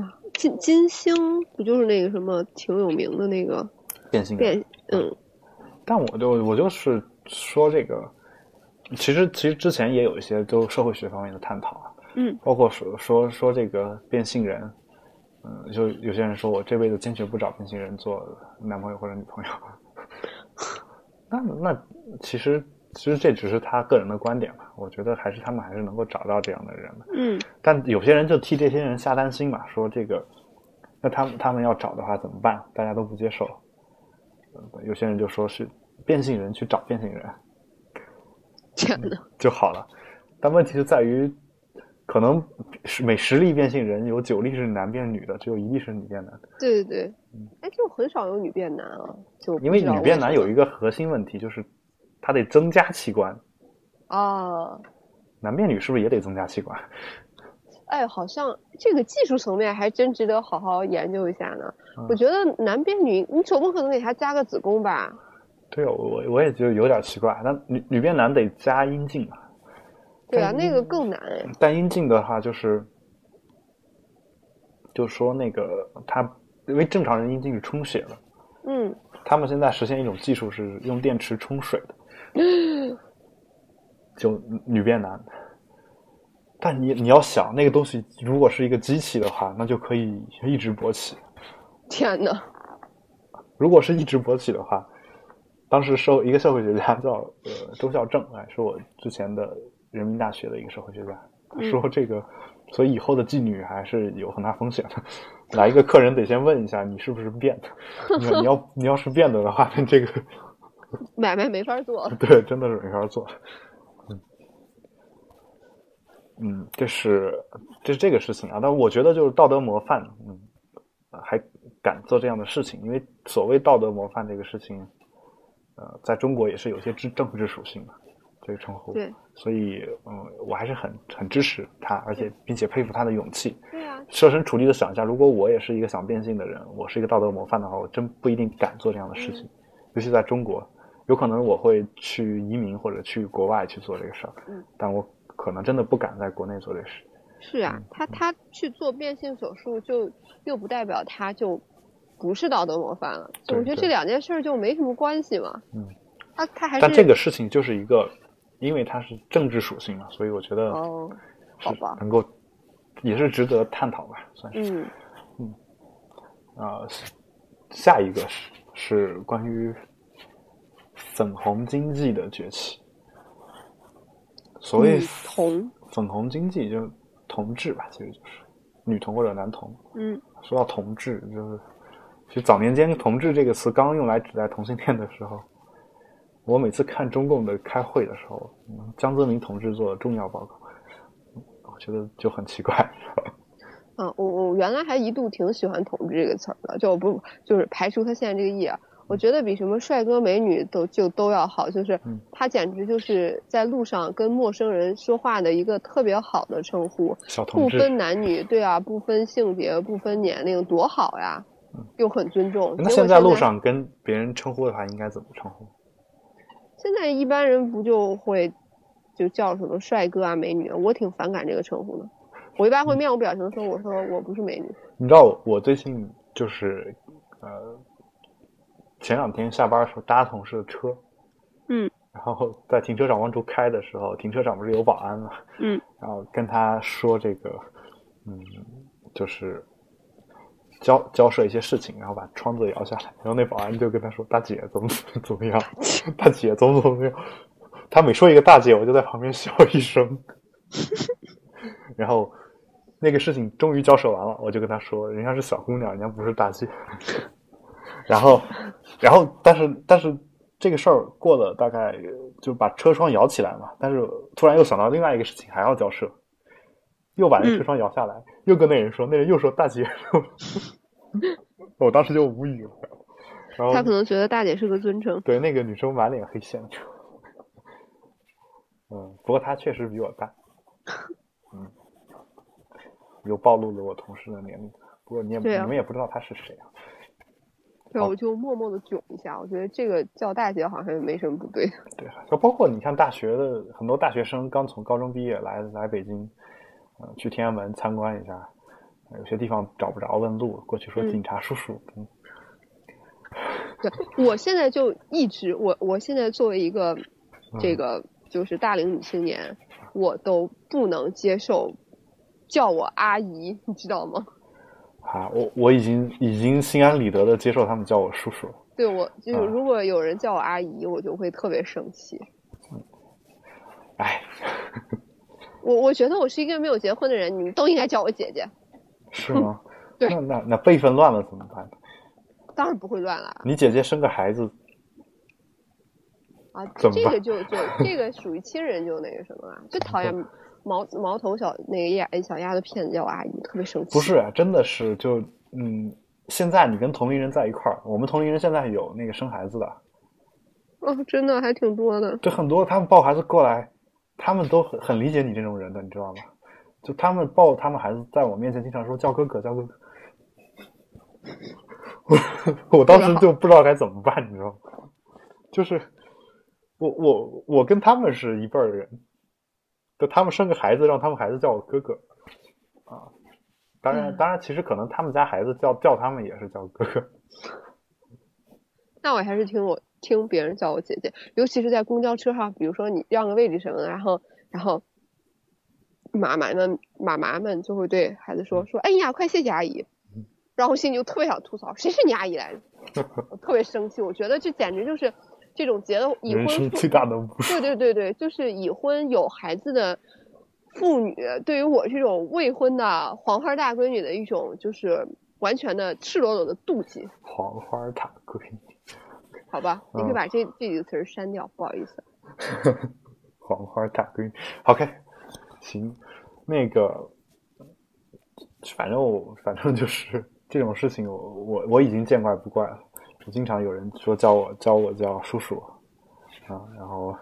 啊金金星不就是那个什么挺有名的那个变性人变？嗯但我就我就是说这个，其实其实之前也有一些就社会学方面的探讨啊，嗯，包括说说说这个变性人，嗯、就有些人说我这辈子坚决不找变性人做男朋友或者女朋友， 那那其实其实这只是他个人的观点嘛，我觉得还是他们还是能够找到这样的人的，嗯，但有些人就替这些人下担心嘛，说这个，那他们他们要找的话怎么办？大家都不接受，呃有些人就说是变性人去找变性人天呐，就好了，但问题就在于，可能是每十例变性人有九例是男变女的，只有一例是女变男的。对对对，哎，就很少有女变男啊，就嗯因为女变男有一一个核心问题就是，他得增加器官，啊，男变女是不是也得增加器官？哎，好像这个技术层面还真值得好好研究一下呢。嗯我觉得男变女，你总不可能给他加个子宫吧？对啊，我我也觉得有点奇怪。那女女变男得加阴茎嘛？对啊，嗯那个更难哎。但阴茎的话，就是就说那个它，因为正常人阴茎是充血的，嗯，他们现在实现一种技术是用电池充水的，就女变男。但你你要想，那个东西如果是一个机器的话，那就可以一直勃起；天呐，如果是一直勃起的话，当时社会一个社会学家 叫呃周孝正，哎，是我之前的人民大学的一个社会学家，他说这个，所以以后的妓女还是有很大风险的。 来一个客人得先问一下你是不是变的，你要你要你要是变的的话，那这个买卖没法做。对真的是没法做。嗯，嗯，这是这是这个事情啊，但我觉得就是道德模范，嗯，还敢做这样的事情，因为所谓道德模范这个事情，呃，在中国也是有些政政治属性的这个称呼，对，所以嗯，我还是很很支持他，而且并且佩服他的勇气。 对啊，设身处地的想一下，如果我也是一个想变性的人，我是一个道德模范的话，我真不一定敢做这样的事情，嗯尤其在中国，有可能我会去移民或者去国外去做这个事儿，嗯但我可能真的不敢在国内做这个事。是嗯啊，他他去做变性手术，就又不代表他就不是道德模范了。就我对觉得对这两件事儿就没什么关系嘛。嗯，他他还是但这个事情就是一个，因为它是政治属性嘛，所以我觉得哦，好是吧，能够，也是值得探讨吧，算是。嗯啊、下一个是是关于粉红经济的崛起。所谓女同粉红经济就是同志吧，其实就是女同或者男同。嗯说到同志，就是其实早年间“同志”这个词刚用来指代同性恋的时候，我每次看中共的开会的时候，嗯江泽民同志做的重要报告，嗯我觉得就很奇怪。啊，我我原来还一度挺喜欢“统治”这个词儿的，就我不就是排除他现在这个意啊，我觉得比什么帅哥美女都就都要好，就是嗯他简直就是在路上跟陌生人说话的一个特别好的称呼，小不同志，分男女，对啊，不分性别，不分年龄，多好呀，又很尊重。嗯那结果现在路上跟别人称呼的话，应该怎么称呼？现在一般人不就会就叫什么帅哥啊、美女啊？我挺反感这个称呼的。我一般会面无表情地说：“我说我不是美女。你知道我我最近就是，呃，前两天下班的时候搭同事的车，嗯，然后在停车场往出开的时候，停车场不是有保安嘛，嗯， 然后跟他说这个，嗯，就是交交涉一些事情，然后把窗子摇下来，然后那保安就跟他说：“大姐怎么怎么样？ 大姐怎么怎么样？” 他每说一个大姐，我就在旁边笑一声。然后那个事情终于交涉完了，我就跟他说，人家是小姑娘，人家不是大姐。 然后，然后，但是，但是这个事儿过了大概就把车窗摇起来嘛，但是突然又想到另外一个事情还要交涉，又把那嗯车窗摇下来，又跟那人说，那人又说大姐， 我当时就无语了。”然后他可能觉得大姐是个尊称。对，那个女生满脸黑线。嗯，不过她确实比我大。嗯，又暴露了我同事的年龄。不过你也、对啊你们也不知道她是谁啊。对，好我就默默的囧一下。我觉得这个叫大姐好像也没什么不 对。对啊，就包括你看大学的很多大学生刚从高中毕业来来北京，呃，去天安门参观一下，呃有些地方找不着问路，过去说嗯警察叔叔。嗯对，我现在就一直，我我现在作为一个这个就是大龄女青年，我都不能接受叫我阿姨，你知道吗？啊，我我已经已经心安理得的接受他们叫我叔叔了。对我就是啊如果有人叫我阿姨，我就会特别生气。哎，我我觉得我是一个没有结婚的人，你们都应该叫我姐姐，是吗？ 对那那那辈分乱了怎么办？当然不会乱啦你姐姐生个孩子，啊！怎么这办个就就这个属于亲人就那个什么啦，就 讨厌毛毛头小那个丫小丫头片子叫我阿姨，特别生气。不是，啊，真的是就嗯，现在你跟同龄人在一块儿，我们同龄人现在有那个生孩子的，哦，真的还挺多的。就很多他们抱孩子过来，他们都很很理解你这种人的，你知道吗？就他们抱他们孩子在我面前经常说叫哥哥叫哥哥， 我我当时就不知道该怎么办，你知道吗？就是我我我跟他们是一辈儿人，就他们生个孩子，让他们孩子叫我哥哥啊。当然，嗯当然，其实可能他们家孩子叫叫他们也是叫哥哥。那我还是听我听别人叫我姐姐，尤其是在公交车上，比如说你让个位置什么的，然后然后妈妈们妈妈们就会对孩子说说，哎呀，快谢谢阿姨。嗯然后我心里就特别想吐槽，谁是你阿姨来着？ 我特别生气，我觉得这简直就是这种结了已人生婚最妇，大的 侮辱。对对对对，就是已婚有孩子的妇女对于我这种未婚的黄花大闺女的一种就是完全的赤裸裸的妒忌。黄花大闺女，好吧，你可嗯以把这这几个词儿删掉，不好意思。黄花大闺女。OK，行，那个，反正我反正就是这种事情我，我我已经见怪不怪了。就经常有人说叫我叫我叫叔叔啊，然后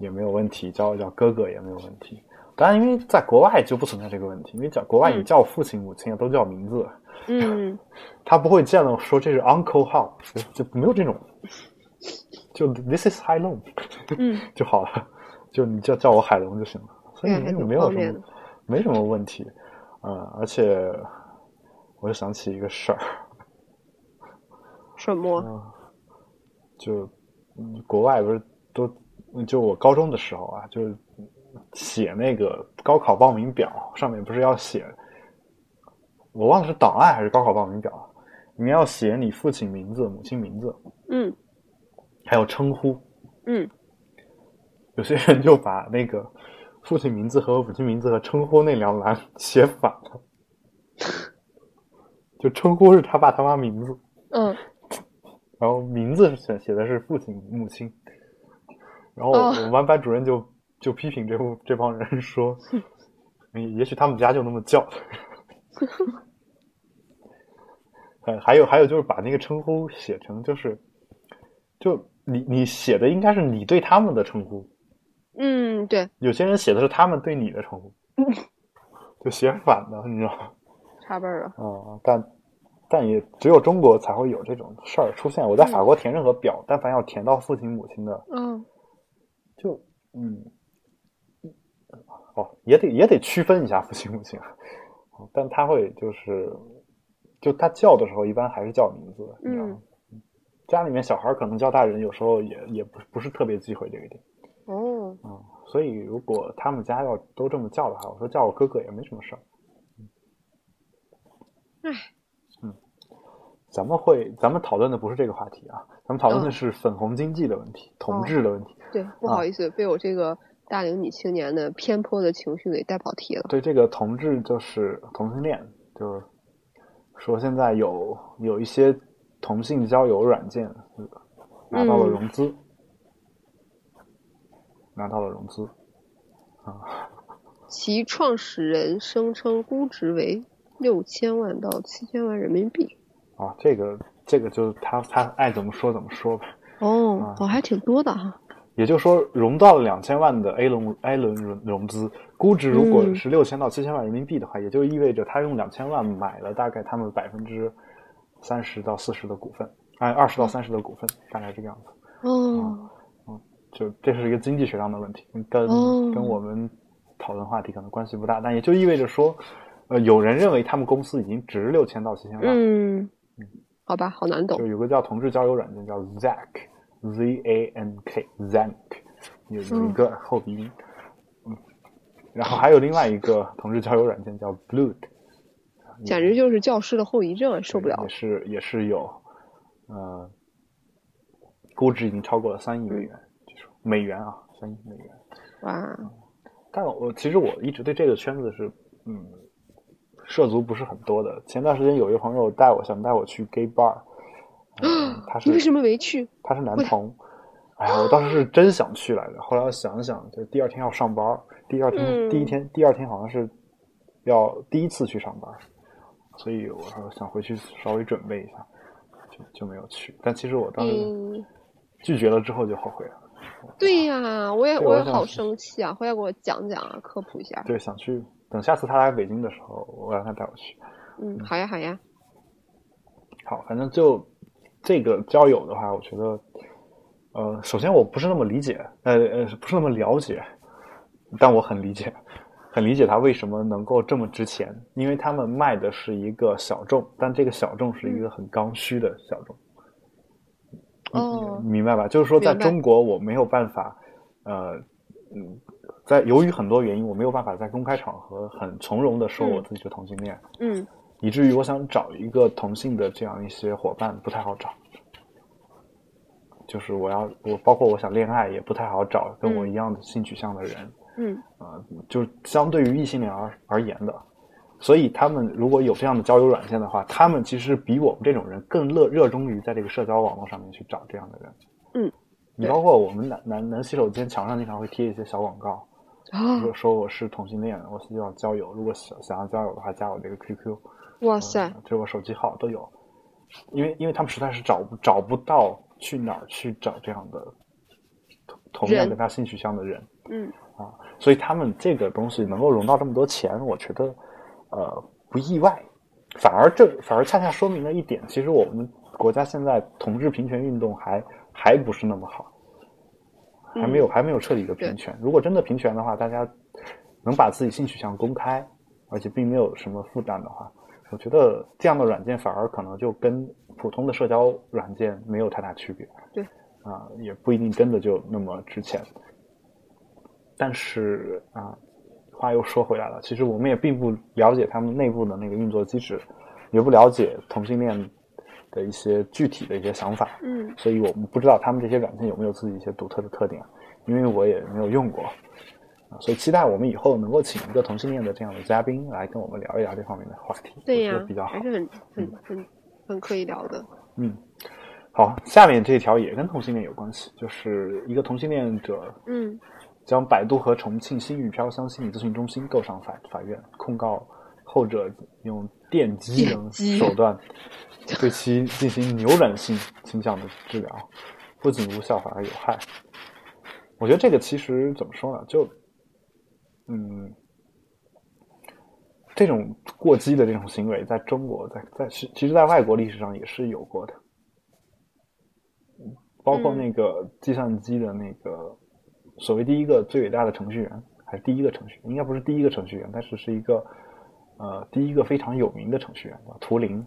也没有问题，叫我叫哥哥也没有问题。当然，因为在国外就不存在这个问题，因为叫国外你嗯叫父亲、母亲啊都叫名字，嗯，他不会见了说这是 Uncle How，就就没有这种，就 This is High Long，嗯 就好了，就你就叫我海龙就行了，所以对没还有挺没有方什便么的没什么问题，啊、而且我就想起一个事儿，什么？嗯，就嗯国外不是都就我高中的时候啊，就是写那个高考报名表上面不是要写，我忘了是档案还是高考报名表了，里面要写你父亲名字、母亲名字，嗯还有称呼。嗯，有些人就把那个父亲名字和母亲名字和称呼那两栏 写反了，就称呼是他爸他妈名字，嗯然后名字是写写的是父亲母亲，然后我们班班主任就就批评这部这帮人说，嗯也许他们家就那么叫。 呃，还有还有就是把那个称呼写成就是，就你你写的应该是你对他们的称呼，嗯，对，有些人写的是他们对你的称呼，就写反了，你知道吗？差辈儿了。啊、但但也只有中国才会有这种事儿出现。我在法国填任何表，但凡要填到父亲母亲的，嗯，就嗯，哦，也得也得区分一下父亲母亲，哦但他会就是，就他叫的时候一般还是叫名字，你知道吗？家里面小孩儿可能叫大人，有时候也也不不是特别忌讳这一点哦，啊、嗯所以如果他们家要都这么叫的话，我说叫我哥哥也没什么事儿。唉，嗯，咱们会咱们讨论的不是这个话题啊，咱们讨论的嗯是粉红经济的问题、同哦志的问题。对，不好意思，被我这个大龄女青年的偏颇的情绪给带跑题了。对这个同志就是同性恋，就是说现在有有一些同性交友软件呃拿到了嗯融资，拿到了融资，其创始人声称估值为六千万到七千万人民币。啊，这个这个就他他爱怎么说怎么说吧。哦啊，哦，还挺多的哈。也就是说，融到了两千万的 A 轮 A 轮融融资，估值如果嗯是六千到七千万人民币的话，也就意味着他用两千万买了大概他们百分之三十到四十的股份，哎，二十到三十的股份，大概这个样子。哦，就这是一个经济学上的问题，跟、哦跟我们讨论话题可能关系不大，但也就意味着说，呃，有人认为他们公司已经值六千到七千万，嗯，好吧，好难懂就。有个叫同志交友软件叫 Zank Z A N K Zank，有嗯有一个后鼻音。嗯，然后还有另外一个同志交友软件叫 Blue，简直就是教师的后遗症，受不了也。是也是有，呃，估值已经超过了三亿嗯美元，据说美元啊，三亿美元。哇，但我其实我一直对这个圈子是，嗯，涉足不是很多的。前段时间有一个朋友带我，想带我去 gay bar，、嗯、他是你为什么没去？他是男同。哎呀，我当时是真想去来着，后来我想了想，就第二天要上班儿，第二天、嗯第一天第二天好像是要第一次去上班儿，所以我说想回去稍微准备一下，就就没有去。但其实我当时嗯，拒绝了之后就后悔了，对呀，我也对我也我想好生气啊！回来给我讲讲啊，科普一下。对，想去等下次他来北京的时候，我让他带我去。嗯，好呀好呀。好，反正就这个交友的话，我觉得，呃，首先我不是那么理解，呃呃，不是那么了解，但我很理解，很理解他为什么能够这么值钱，因为他们卖的是一个小众，但这个小众是一个很刚需的小众。你哦你明白吧？就是说，在明白中国我没有办法，呃，嗯，在由于很多原因，我没有办法在公开场合很从容的说我嗯自己是同性恋。嗯以至于我想找一个同性的这样一些伙伴不太好找，就是我要我包括我想恋爱也不太好找跟我一样的性取向的人，嗯啊，就相对于异性恋而而言的，所以他们如果有这样的交友软件的话，他们其实比我们这种人更乐热衷于在这个社交网络上面去找这样的人。嗯，你对包括我们男男男洗手间墙上经常会贴一些小广告，啊，说说我是同性恋，我希望交友，如果想想要交友的话，加我这个 QQ。哇哇塞，，这我手机号都有，因为因为他们实在是找不找不到去哪儿去找这样的同同样人跟他性取向的人，嗯所以他们这个东西能够融到这么多钱，我觉得呃不意外，反而这反而恰恰说明了一点，其实我们国家现在同志平权运动还还不是那么好，嗯还没有、还没有彻底的平权。如果真的平权的话，大家能把自己性取向公开，而且并没有什么负担的话，我觉得这样的软件反而可能就跟普通的社交软件没有太大区别。对，啊、也不一定真的就那么值钱。但是啊、话又说回来了，其实我们也并不了解他们内部的那个运作机制，也不了解同性恋的一些具体的一些想法。嗯所以我们不知道他们这些软件有没有自己一些独特的特点，因为我也没有用过，啊，所以期待我们以后能够请一个同性恋的这样的嘉宾来跟我们聊一聊这方面的话题，对我觉呀得比较，好还。是很很很很可以聊的。嗯，好，下面这条也跟同性恋有关系，就是一个同性恋者嗯将百度和重庆新宇飘香心理咨询中心告上法法院，控告后者用电击等电击手段对其进行扭转性倾向的治疗，不仅无效反而有害。我觉得这个其实怎么说呢，就嗯，这种过激的这种行为，在中国，在在其其实，在外国历史上也是有过的，包括嗯那个计算机的那个所谓第一个最伟大的程序员，还是第一个程序员，应该不是第一个程序员，但是是一个呃第一个非常有名的程序员，叫图灵。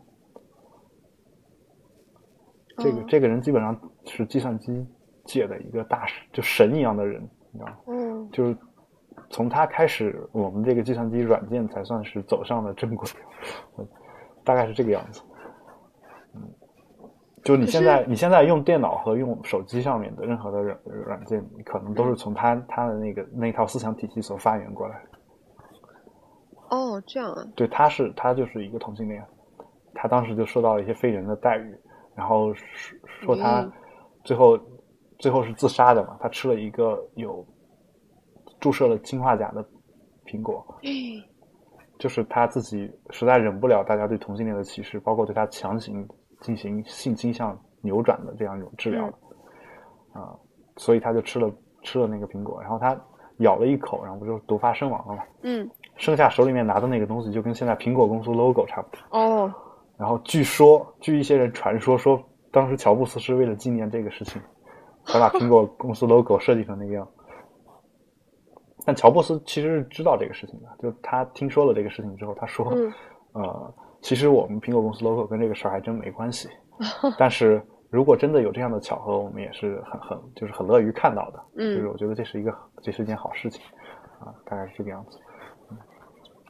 这个哦这个人基本上是计算机界的一个大神，就神一样的人，你知道吗？嗯就是从他开始，我们这个计算机软件才算是走上了正轨， 大概是这个样子。嗯，就你可现是在，你现在用电脑和用手机上面的任何的软软件，你可能都嗯是从他他的那个那套思想体系所发源过来的。哦这样啊对，他是他就是一个同性恋，他当时就受到了一些非人的待遇，然后说说他嗯最后、最后是自杀的嘛，他吃了一个有注射了氰化钾的苹果，就是他自己实在忍不了大家对同性恋的歧视，包括对他强行进行性倾向扭转的这样一种治疗啊、所以他就吃了吃了那个苹果，然后他咬了一口，然后不就毒发身亡了嘛。嗯剩下手里面拿的那个东西就跟现在苹果公司 logo 差不多。哦然后据说，据一些人传说说，当时乔布斯是为了纪念这个事情，才把苹果公司 logo 设计成那个样。但乔布斯其实是知道这个事情的，就他听说了这个事情之后，他说：“嗯呃，其实我们苹果公司 logo 跟这个事儿还真没关系，但是如果真的有这样的巧合，我们也是很很就是很乐于看到的。嗯就是我觉得这是一个这是一件好事情啊，大概是这个样子。嗯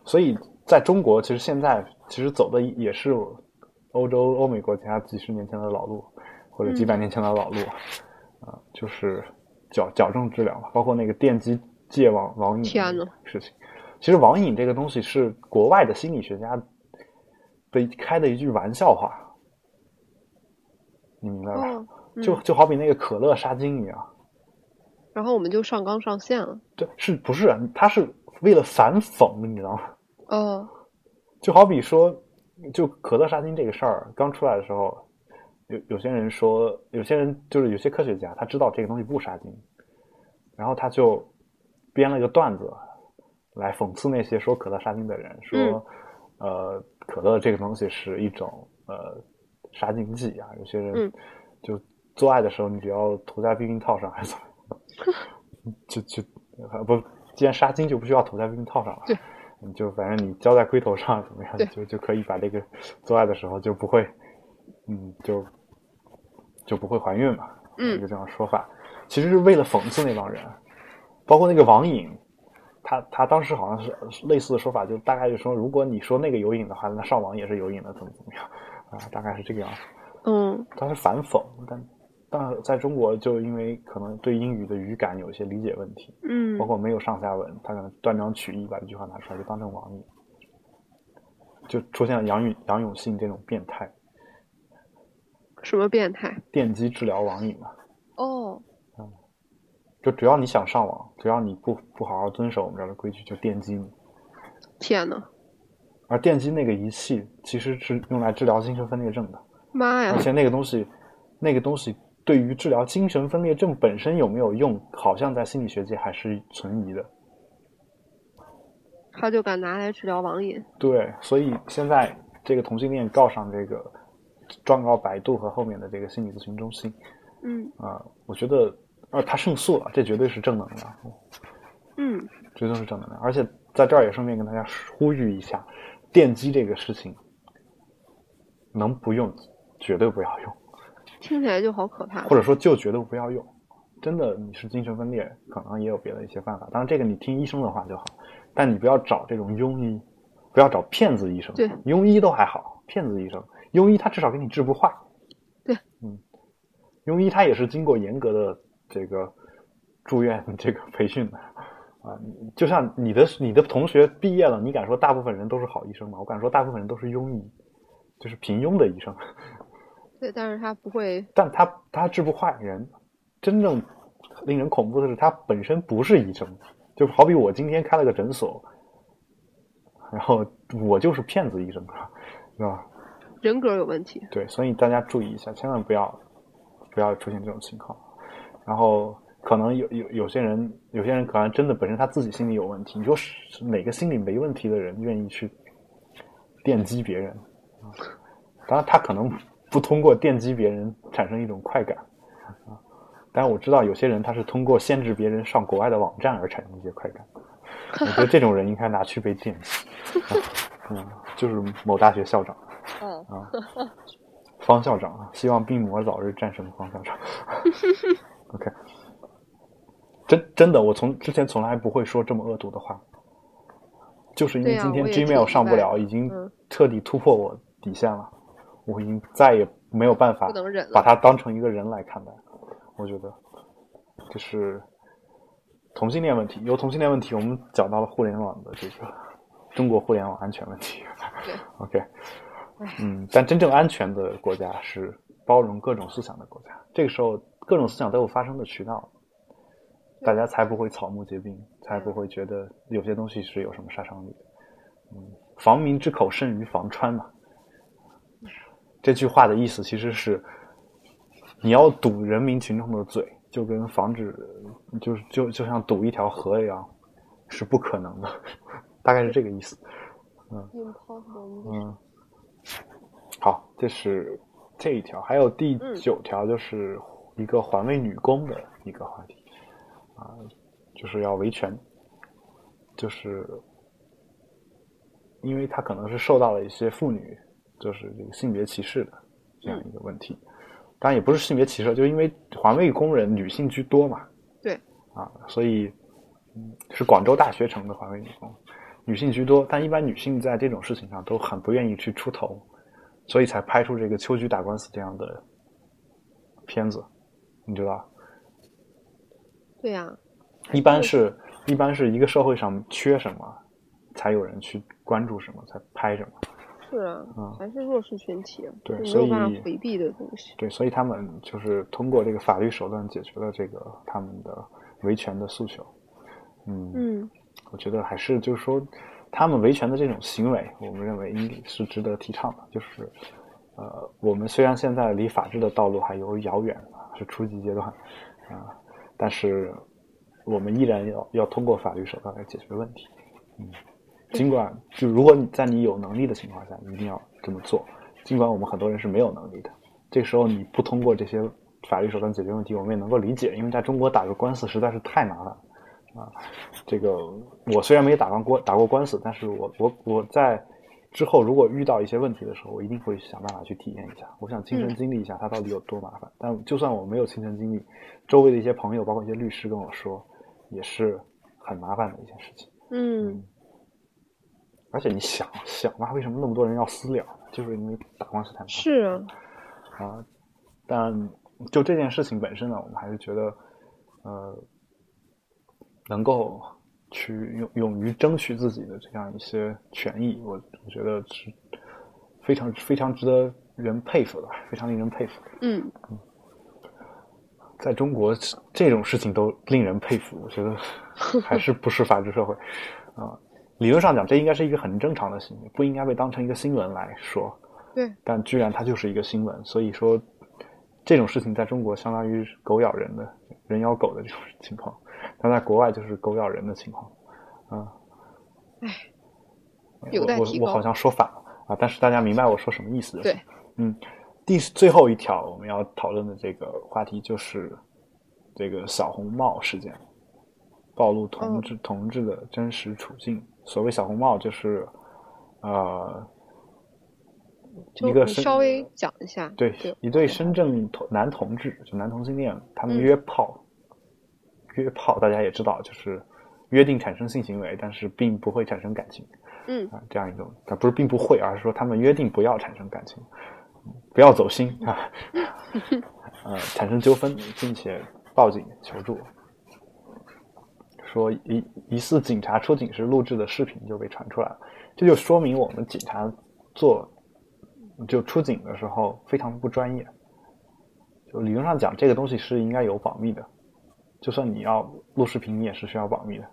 所以在中国，其实现在其实走的也是欧洲、欧美国家几十年前的老路，或者几嗯百年前的老路啊、就是矫矫正治疗嘛，包括那个电击戒网网瘾天的呐事情。其实网瘾这个东西是国外的心理学家的开的一句玩笑话，你明白吧？哦嗯就就好比那个可乐杀精一样，然后我们就上纲上线了对，是不是啊？他是为了反讽，你知道吗？哦就好比说，就可乐杀精这个事儿刚出来的时候，有有些人说，有些人就是有些科学家他知道这个东西不杀精，然后他就编了个段子来讽刺那些说可乐杀精的人，说、呃可乐这个东西是一种呃杀精剂啊，有些人嗯就做爱的时候你只要涂在避孕套上还是怎么样， 就就啊不，既然杀精就不需要涂在避孕套上了。对你就反正你交在龟头上怎么样对，就就可以把这个做爱的时候就不会，嗯，就就不会怀孕嘛，嗯一个这样的说法，其实是为了讽刺那帮人，包括那个网瘾，他他当时好像是类似的说法，就大概就说，如果你说那个有瘾的话，那上网也是有瘾的，怎么怎么样啊，大概是这个样子。嗯他是反讽，但但是在中国就因为可能对英语的语感有一些理解问题，嗯包括没有上下文，他可能断章取义把一句话拿出来就当成网瘾，就出现了杨永杨永信这种变态，什么变态电击治疗网瘾嘛。哦就只要你想上网，只要你不不好好遵守我们这儿的规矩，就电击你。天呐而电击那个仪器其实是用来治疗精神分裂症的，妈呀而且那个东西，那个东西对于治疗精神分裂症本身有没有用，好像在心理学界还是存疑的。他就敢拿来治疗网瘾对，所以现在这个同性恋告上这个状告百度和后面的这个心理咨询中心嗯啊、我觉得呃他胜诉了，这绝对是正能量，嗯绝对是正能量。而且在这儿也顺便跟大家呼吁一下，电击这个事情能不用绝对不要用，听起来就好可怕或者说就绝对不要用。真的你是精神分裂，可能也有别的一些办法。当然这个你听医生的话就好，但你不要找这种庸医，不要找骗子医生。对庸医都还好，骗子医生，庸医他至少给你治不坏。对，嗯，庸医他也是经过严格的这个住院这个培训的啊。你就像你的你的同学毕业了，你敢说大部分人都是好医生吗？我敢说大部分人都是庸医，就是平庸的医生。对，但是它不会，但它它治不坏人。真正令人恐怖的是，它本身不是医生，就好比我今天开了个诊所，然后我就是骗子医生，啊是吧？人格有问题。对，所以大家注意一下，千万不要不要出现这种情况。然后可能有有有些人，有些人可能真的本身他自己心里有问题。你说是哪个心理没问题的人愿意去电击别人？啊当然，他可能不通过电击别人产生一种快感啊。但是我知道有些人他是通过限制别人上国外的网站而产生一些快感。我觉得这种人应该拿去被电击。啊嗯，就是某大学校长嗯，啊，方校长啊，希望病魔早日战胜方 校长。OK，真真的，我从之前从来不会说这么恶毒的话，就是因为对啊今天我也挺 Gmail 上不明白了，已经嗯彻底突破我底线了，我已经再也没有办法不能忍了把它当成一个人来看待。我觉得，就是同性恋问题，由同性恋问题，我们讲到了互联网的这个中国互联网安全问题。对 OK，嗯，但真正安全的国家是包容各种思想的国家。这个时候，各种思想都有发声的渠道，大家才不会草木皆兵，才不会觉得有些东西是有什么杀伤力的。嗯，防民之口甚于防川嘛。这句话的意思其实是，你要堵人民群众的嘴，就跟防止，就是就就像堵一条河一样，是不可能的， 大概是这个意思。 impossible，嗯，好，这是这一条，还有第嗯九条就是一个环卫女工的一个话题啊、就是要维权，就是因为她可能是受到了一些妇女就是这个性别歧视的这嗯样一个问题，当然也不是性别歧视，就因为环卫工人女性居多嘛，对啊，所以嗯是广州大学城的环卫女工。女性居多，但一般女性在这种事情上都很不愿意去出头，所以才拍出这个秋菊打官司这样的片子，你知道？对呀、一般是一般是一个社会上缺什么，才有人去关注什么，才拍什么。是啊，嗯还是弱势群体，啊对就所没以有办法回避的东西。对，所以他们就是通过这个法律手段解决了这个他们的维权的诉求。嗯，嗯，我觉得还是就是说，他们维权的这种行为，我们认为应是值得提倡的。就是，呃，我们虽然现在离法治的道路还有遥远，是初级阶段，啊、但是我们依然要要通过法律手段来解决问题。嗯，尽管就如果你在你有能力的情况下，一定要这么做。尽管我们很多人是没有能力的，这时候你不通过这些法律手段解决问题，我们也能够理解，因为在中国打个官司实在是太麻烦了。啊，这个我虽然没打过官打过官司，但是我我我在之后如果遇到一些问题的时候，我一定会想办法去体验一下，我想亲身嗯经历一下它到底有多麻烦。但就算我没有亲身经历，周围的一些朋友，包括一些律师跟我说，也是很麻烦的一件事情。嗯，而且你想想吧，为什么那么多人要私了？就是因为打官司太麻烦。是啊，啊，但就这件事情本身呢，我们还是觉得，呃，能够去勇勇于争取自己的这样一些权益，我我觉得是非常非常值得人佩服的，非常令人佩服的。嗯，在中国这这种事情都令人佩服，我觉得还是不是法治社会啊、理论上讲，这应该是一个很正常的行为，不应该被当成一个新闻来说。对，但居然它就是一个新闻，所以说这种事情在中国相当于是狗咬人的人咬狗的这种 情况，但在国外就是狗咬人的情况，啊，有待我提我我高好像说反了啊，但是大家明白我说什么意思就行。对，嗯，第最后一条我们要讨论的这个话题就是这个小红帽事件，暴露哦同志、同志的真实处境。所谓小红帽就是，呃，就一个你是稍微讲一下。对，对，一对深圳同男同志，就男同性恋，他们约炮，约炮大家也知道，就是约定产生性行为，但是并不会产生感情嗯，啊，这样一种，它不是并不会，而是说他们约定不要产生感情，嗯不要走心啊，呃，产生纠纷，并且报警求助，说疑疑似警察出警时录制的视频就被传出来了，这就说明我们警察做就出警的时候非常不专业。就理论上讲，这个东西是应该有保密的，就算你要录视频，你也是需要保密的。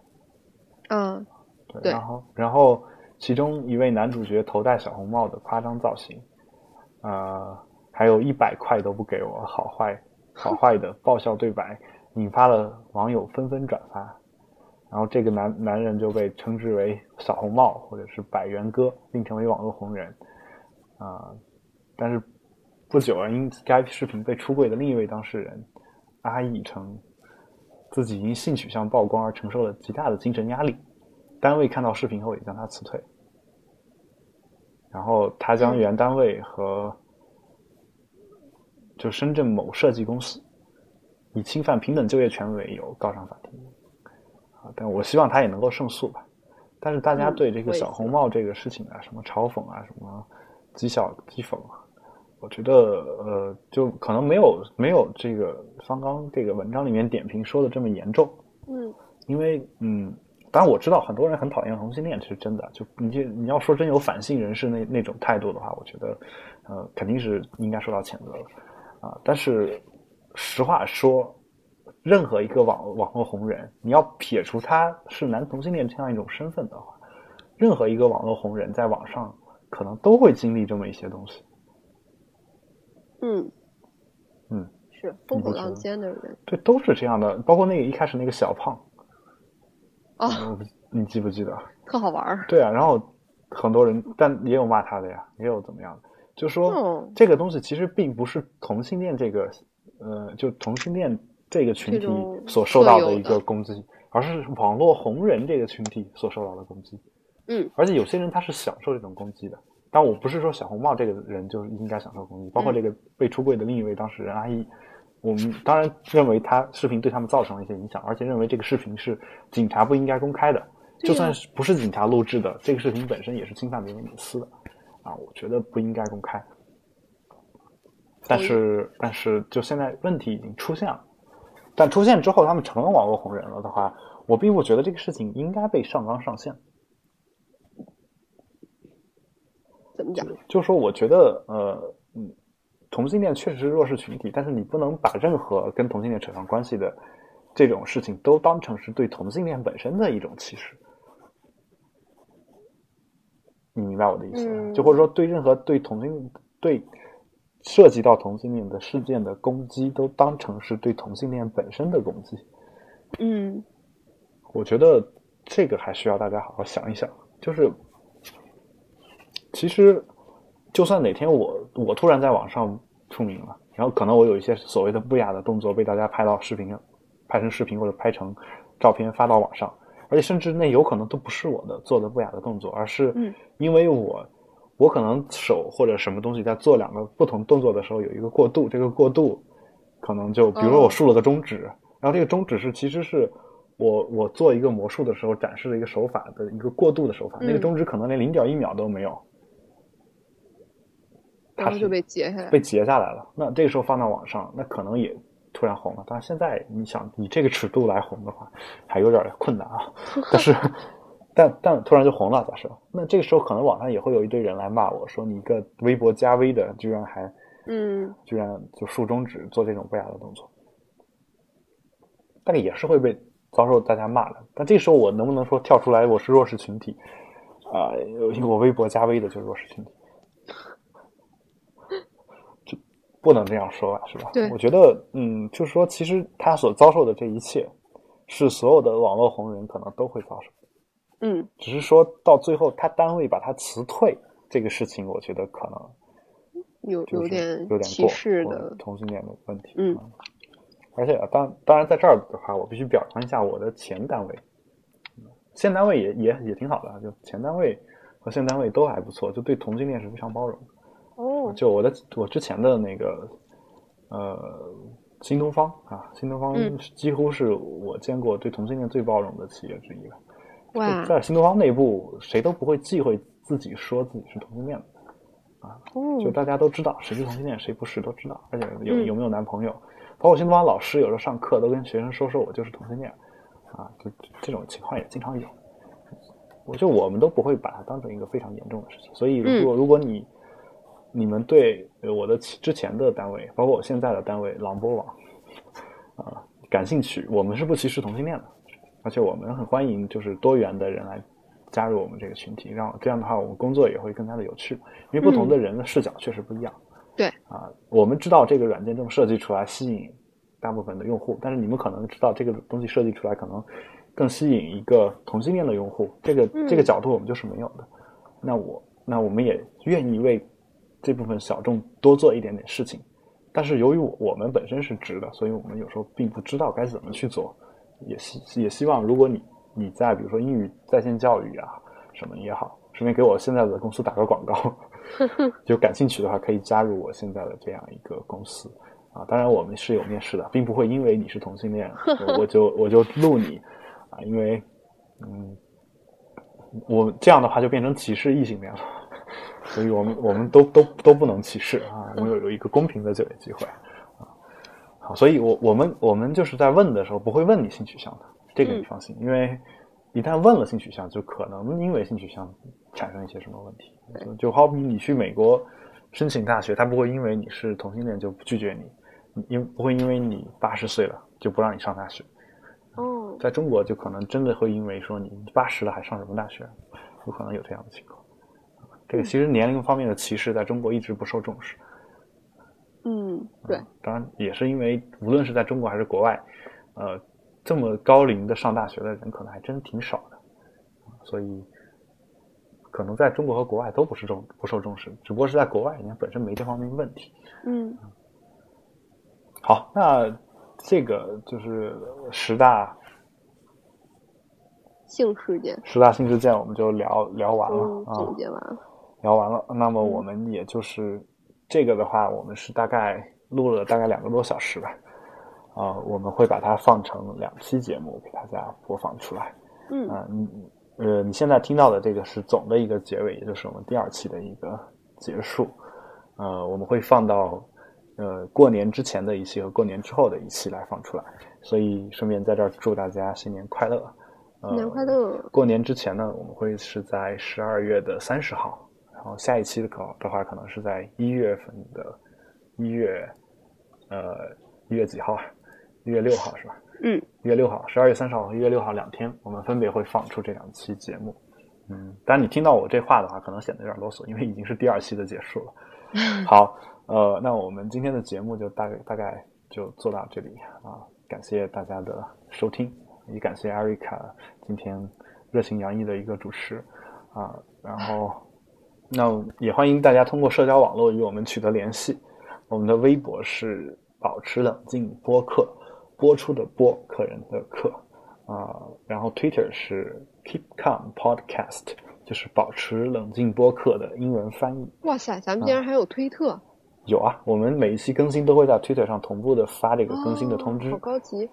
嗯，对，对然后然后其中一位男主角头戴小红帽的夸张造型，呃，还有一百块都不给我，好坏好坏的爆笑对白，引发了网友纷纷转发，然后这个男男人就被称之为小红帽或者是百元哥，并成为网络红人，啊、但是不久啊，因该视频被出柜的另一位当事人阿义称，自己因性取向曝光而承受了极大的精神压力。单位看到视频后也将他辞退，然后他将原单位和就深圳某设计公司以侵犯平等就业权为由告上法庭。啊，但我希望他也能够胜诉吧。但是大家嗯对这个我也小希红帽这个事情啊，什么嘲讽啊，什么讥笑讥讽啊，我觉得呃，就可能没有没有这个方刚这个文章里面点评说的这么严重。嗯因为嗯，当然我知道很多人很讨厌同性恋，这是真的。就你这你要说真有反性人士那那种态度的话，我觉得呃肯定是应该受到谴责的啊、但是实话说，任何一个网网络红人，你要撇除他是男同性恋这样一种身份的话，任何一个网络红人在网上可能都会经历这么一些东西。嗯嗯，是风口不觉得浪尖的人对，都是这样的，包括那个一开始那个小胖，哦，我不你记不记得？特好玩儿。对啊，然后很多人，但也有骂他的呀，也有怎么样的，就说、嗯这个东西其实并不是同性恋这个，呃，就同性恋这个群这体种所受到特的有一个的攻击，而是网络红人这个群体所受到的攻击。嗯，而且有些人他是享受这种攻击的。但我不是说小红帽这个人就是应该享受攻击，包括嗯这个被出柜的另一位当事人阿姨，我们当然认为他视频对他们造成了一些影响，而且认为这个视频是警察不应该公开的，对就呀算是不是警察录制的，这个视频本身也是侵犯别人隐私的，啊，我觉得不应该公开。但是，但是，就现在问题已经出现了，但出现之后，他们成了网络红人了的话，我并不觉得这个事情应该被上纲上线。怎么讲？就说我觉得，呃，嗯，同性恋确实是弱势群体，但是你不能把任何跟同性恋扯上关系的这种事情都当成是对同性恋本身的一种歧视。你明白我的意思吗？嗯就或者说，对任何对同性对涉及到同性恋的事件的攻击，都当成是对同性恋本身的攻击。嗯我觉得这个还需要大家好好想一想。就是，其实就算哪天我我突然在网上出名了，然后可能我有一些所谓的不雅的动作被大家拍到视频上，拍成视频或者拍成照片发到网上，而且甚至那有可能都不是我的做的不雅的动作，而是嗯因为我。我可能手或者什么东西在做两个不同动作的时候有一个过渡，这个过渡可能就比如说我哦竖了个中指，然后这个中指是其实是我我做一个魔术的时候展示的一个手法的一个过渡的手法，那个嗯中指可能连零点一秒都没有，然后是就被截下来。被截下来了。那这个时候放到网上，那可能也突然红了。但是现在你想以这个尺度来红的话，还有点困难啊。但是，但但突然就红了，假设那这个时候可能网上也会有一堆人来骂我说你一个微博加微的，居然还嗯，居然就竖中指做这种不雅的动作，但也是会被遭受大家骂的。但这时候我能不能说跳出来我是弱势群体？啊、因为我微博加微的就是弱势群体，就不能这样说吧，是吧？对我觉得，嗯，就是说，其实他所遭受的这一切，是所有的网络红人可能都会遭受。嗯只是说到最后，他单位把他辞退这个事情，我觉得可能有就是有点有点歧过视我的。同性恋的问题。啊嗯，而且啊当当然在这儿的话，我必须表扬一下我的前单位，现单位也也也挺好的啊，就前单位和现单位都还不错，就对同性恋是非常包容。哦，就我的我之前的那个呃新东方啊，新东方嗯几乎是我见过对同性恋最包容的企业之一了。哇就，在新东方内部，谁都不会忌讳自己说自己是同性恋的。就哦，大家都知道谁是同性恋，谁不是都知道，而且有嗯有没有男朋友，包括新东方老师有时候上课都跟学生说说我就是同性恋，啊，就就这种情况也经常有。我就我们都不会把它当成一个非常严重的事情，所以如果、如果你你们对呃我的其之前的单位，包括我现在的单位朗播网啊、感兴趣，我们是不歧视同性恋的，而且我们很欢迎就是多元的人来加入我们这个群体，让这样的话我们工作也会更加的有趣，因为不同的人的视角确实不一样。对啊、我们知道这个软件这么设计出来吸引大部分的用户，但是你们可能知道这个东西设计出来可能更吸引一个同性恋的用户，这个这个嗯角度我们就是没有的。那我那我们也愿意为这部分小众多做一点点事情，但是由于我我们本身是直的，所以我们有时候并不知道该怎么去做，也希也希望如果你你在比如说英语在线教育啊什么也好，顺便给我现在的公司打个广告，就感兴趣的话可以加入我现在的这样一个公司。啊，当然我们是有面试的，并不会因为你是同性恋，我我就我就录你，啊，因为，嗯，我这样的话就变成歧视异性恋了，所以我们我们都都都不能歧视啊，我们有有一个公平的就业机会啊。好，所以我我们我们就是在问的时候不会问你性取向的，这个你嗯放心，因为一旦问了性取向，就可能因为性取向产生一些什么问题。就就好比你去美国申请大学，他不会因为你是同性恋就拒绝你，因不会因为你八十岁了就不让你上大学。哦，在中国就可能真的会因为说你八十了还上什么大学，有可能有这样的情况。这个其实年龄方面的歧视在中国一直不受重视，嗯，对，当然也是因为无论是在中国还是国外，呃，这么高龄的上大学的人可能还真挺少的，所以可能在中国和国外都不是重不受重视，只不过是在国外人家本身没这方面问题。嗯好，那这个就是十大性事件，十大新事件，我们就聊聊完了、嗯，啊总。结完了，聊完了，那么我们也就是这个的话，我们是大概录了大概两个多小时吧，啊、我们会把它放成两期节目给大家播放出来。嗯啊、你呃，你现在听到的这个是总的一个结尾，也就是我们第二期的一个结束。呃，我们会放到呃过年之前的一期和过年之后的一期来放出来，所以顺便在这儿祝大家新年快乐。呃新年快乐，过年之前呢，我们会是在十二月的三十号，然后下一期的可的话，可能是在一月份的一月，呃，一月几号啊？一月六号是吧？嗯，一月六号，十二月三十号和一月六号两天，我们分别会放出这两期节目。嗯，当然你听到我这话的话，可能显得有点啰嗦，因为已经是第二期的结束了。好，呃，那我们今天的节目就大概大概就做到这里啊，感谢大家的收听，也感谢 Erica 今天热情洋溢的一个主持啊，然后那也欢迎大家通过社交网络与我们取得联系，我们的微博是保持冷静播客，播出的播，客人的客。啊、然后 Twitter 是 Keep Calm Podcast，就是保持冷静播客的英文翻译。哇塞，咱们竟然啊还有推特，有啊，我们每一期更新都会在 Twitter 上同步的发这个更新的通知哦好啊、高级，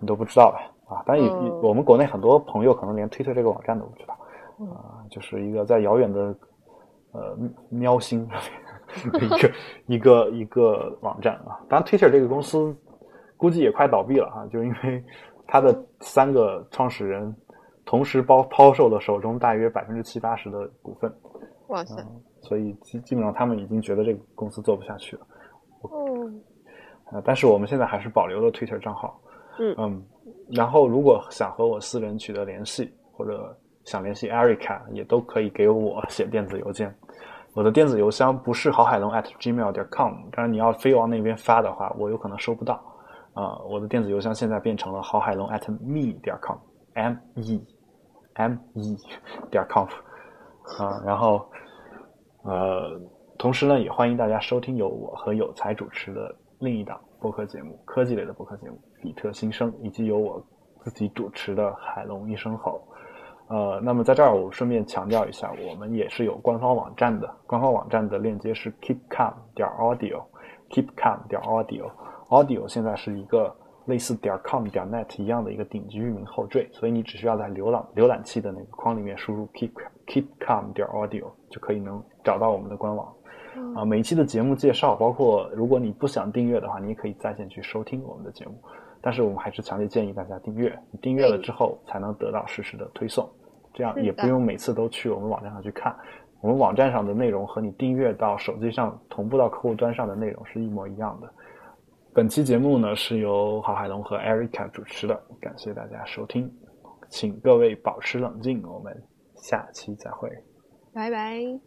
你都不知道吧？啊，当然也、也嗯我们国内很多朋友可能连推特这个网站都不知道嗯啊、就是一个在遥远的呃喵星上面一个一个一个网站啊。当然，Twitter 这个公司估计也快倒闭了哈、就因为它的三个创始人同时抛抛售了手中大约百分之七八十的股份，哇塞，所以基基本上他们已经觉得这个公司做不下去了。哦，呃，但是我们现在还是保留了 Twitter 账号。嗯然后如果想和我私人取得联系，或者想联系 Erica，也都可以给我写电子邮件。我的电子邮箱不是郝海龙 at gmail 点 com，当然你要非往那边发的话，我有可能收不到。啊、我的电子邮箱现在变成了郝海龙 at me 点 com，m e m e 点 com 啊，然后呃，同时呢，也欢迎大家收听由我和有才主持的另一档播客节目——科技类的播客节目《比特新生》，以及由我自己主持的《海龙一声吼》。呃，那么在这儿我顺便强调一下，我们也是有官方网站的，官方网站的链接是 keepcam 点 audio，keepcam 点 audio，audio 现在是一个类似点 com 点 net 一样的一个顶级域名后缀，所以你只需要在浏览浏览器的那个框里面输入 keep keepcam 点 audio 就可以能找到我们的官网。嗯啊，每一期的节目介绍，包括如果你不想订阅的话，你也可以在线去收听我们的节目。但是我们还是强烈建议大家订阅，你订阅了之后才能得到实时的推送，这样是也的不用每次都去我们网站上去看，我们网站上的内容和你订阅到手机上同步到客户端上的内容是一模一样的。本期节目呢是由郝海龙和 Erica 主持的，感谢大家收听，请各位保持冷静，我们下期再会，拜拜。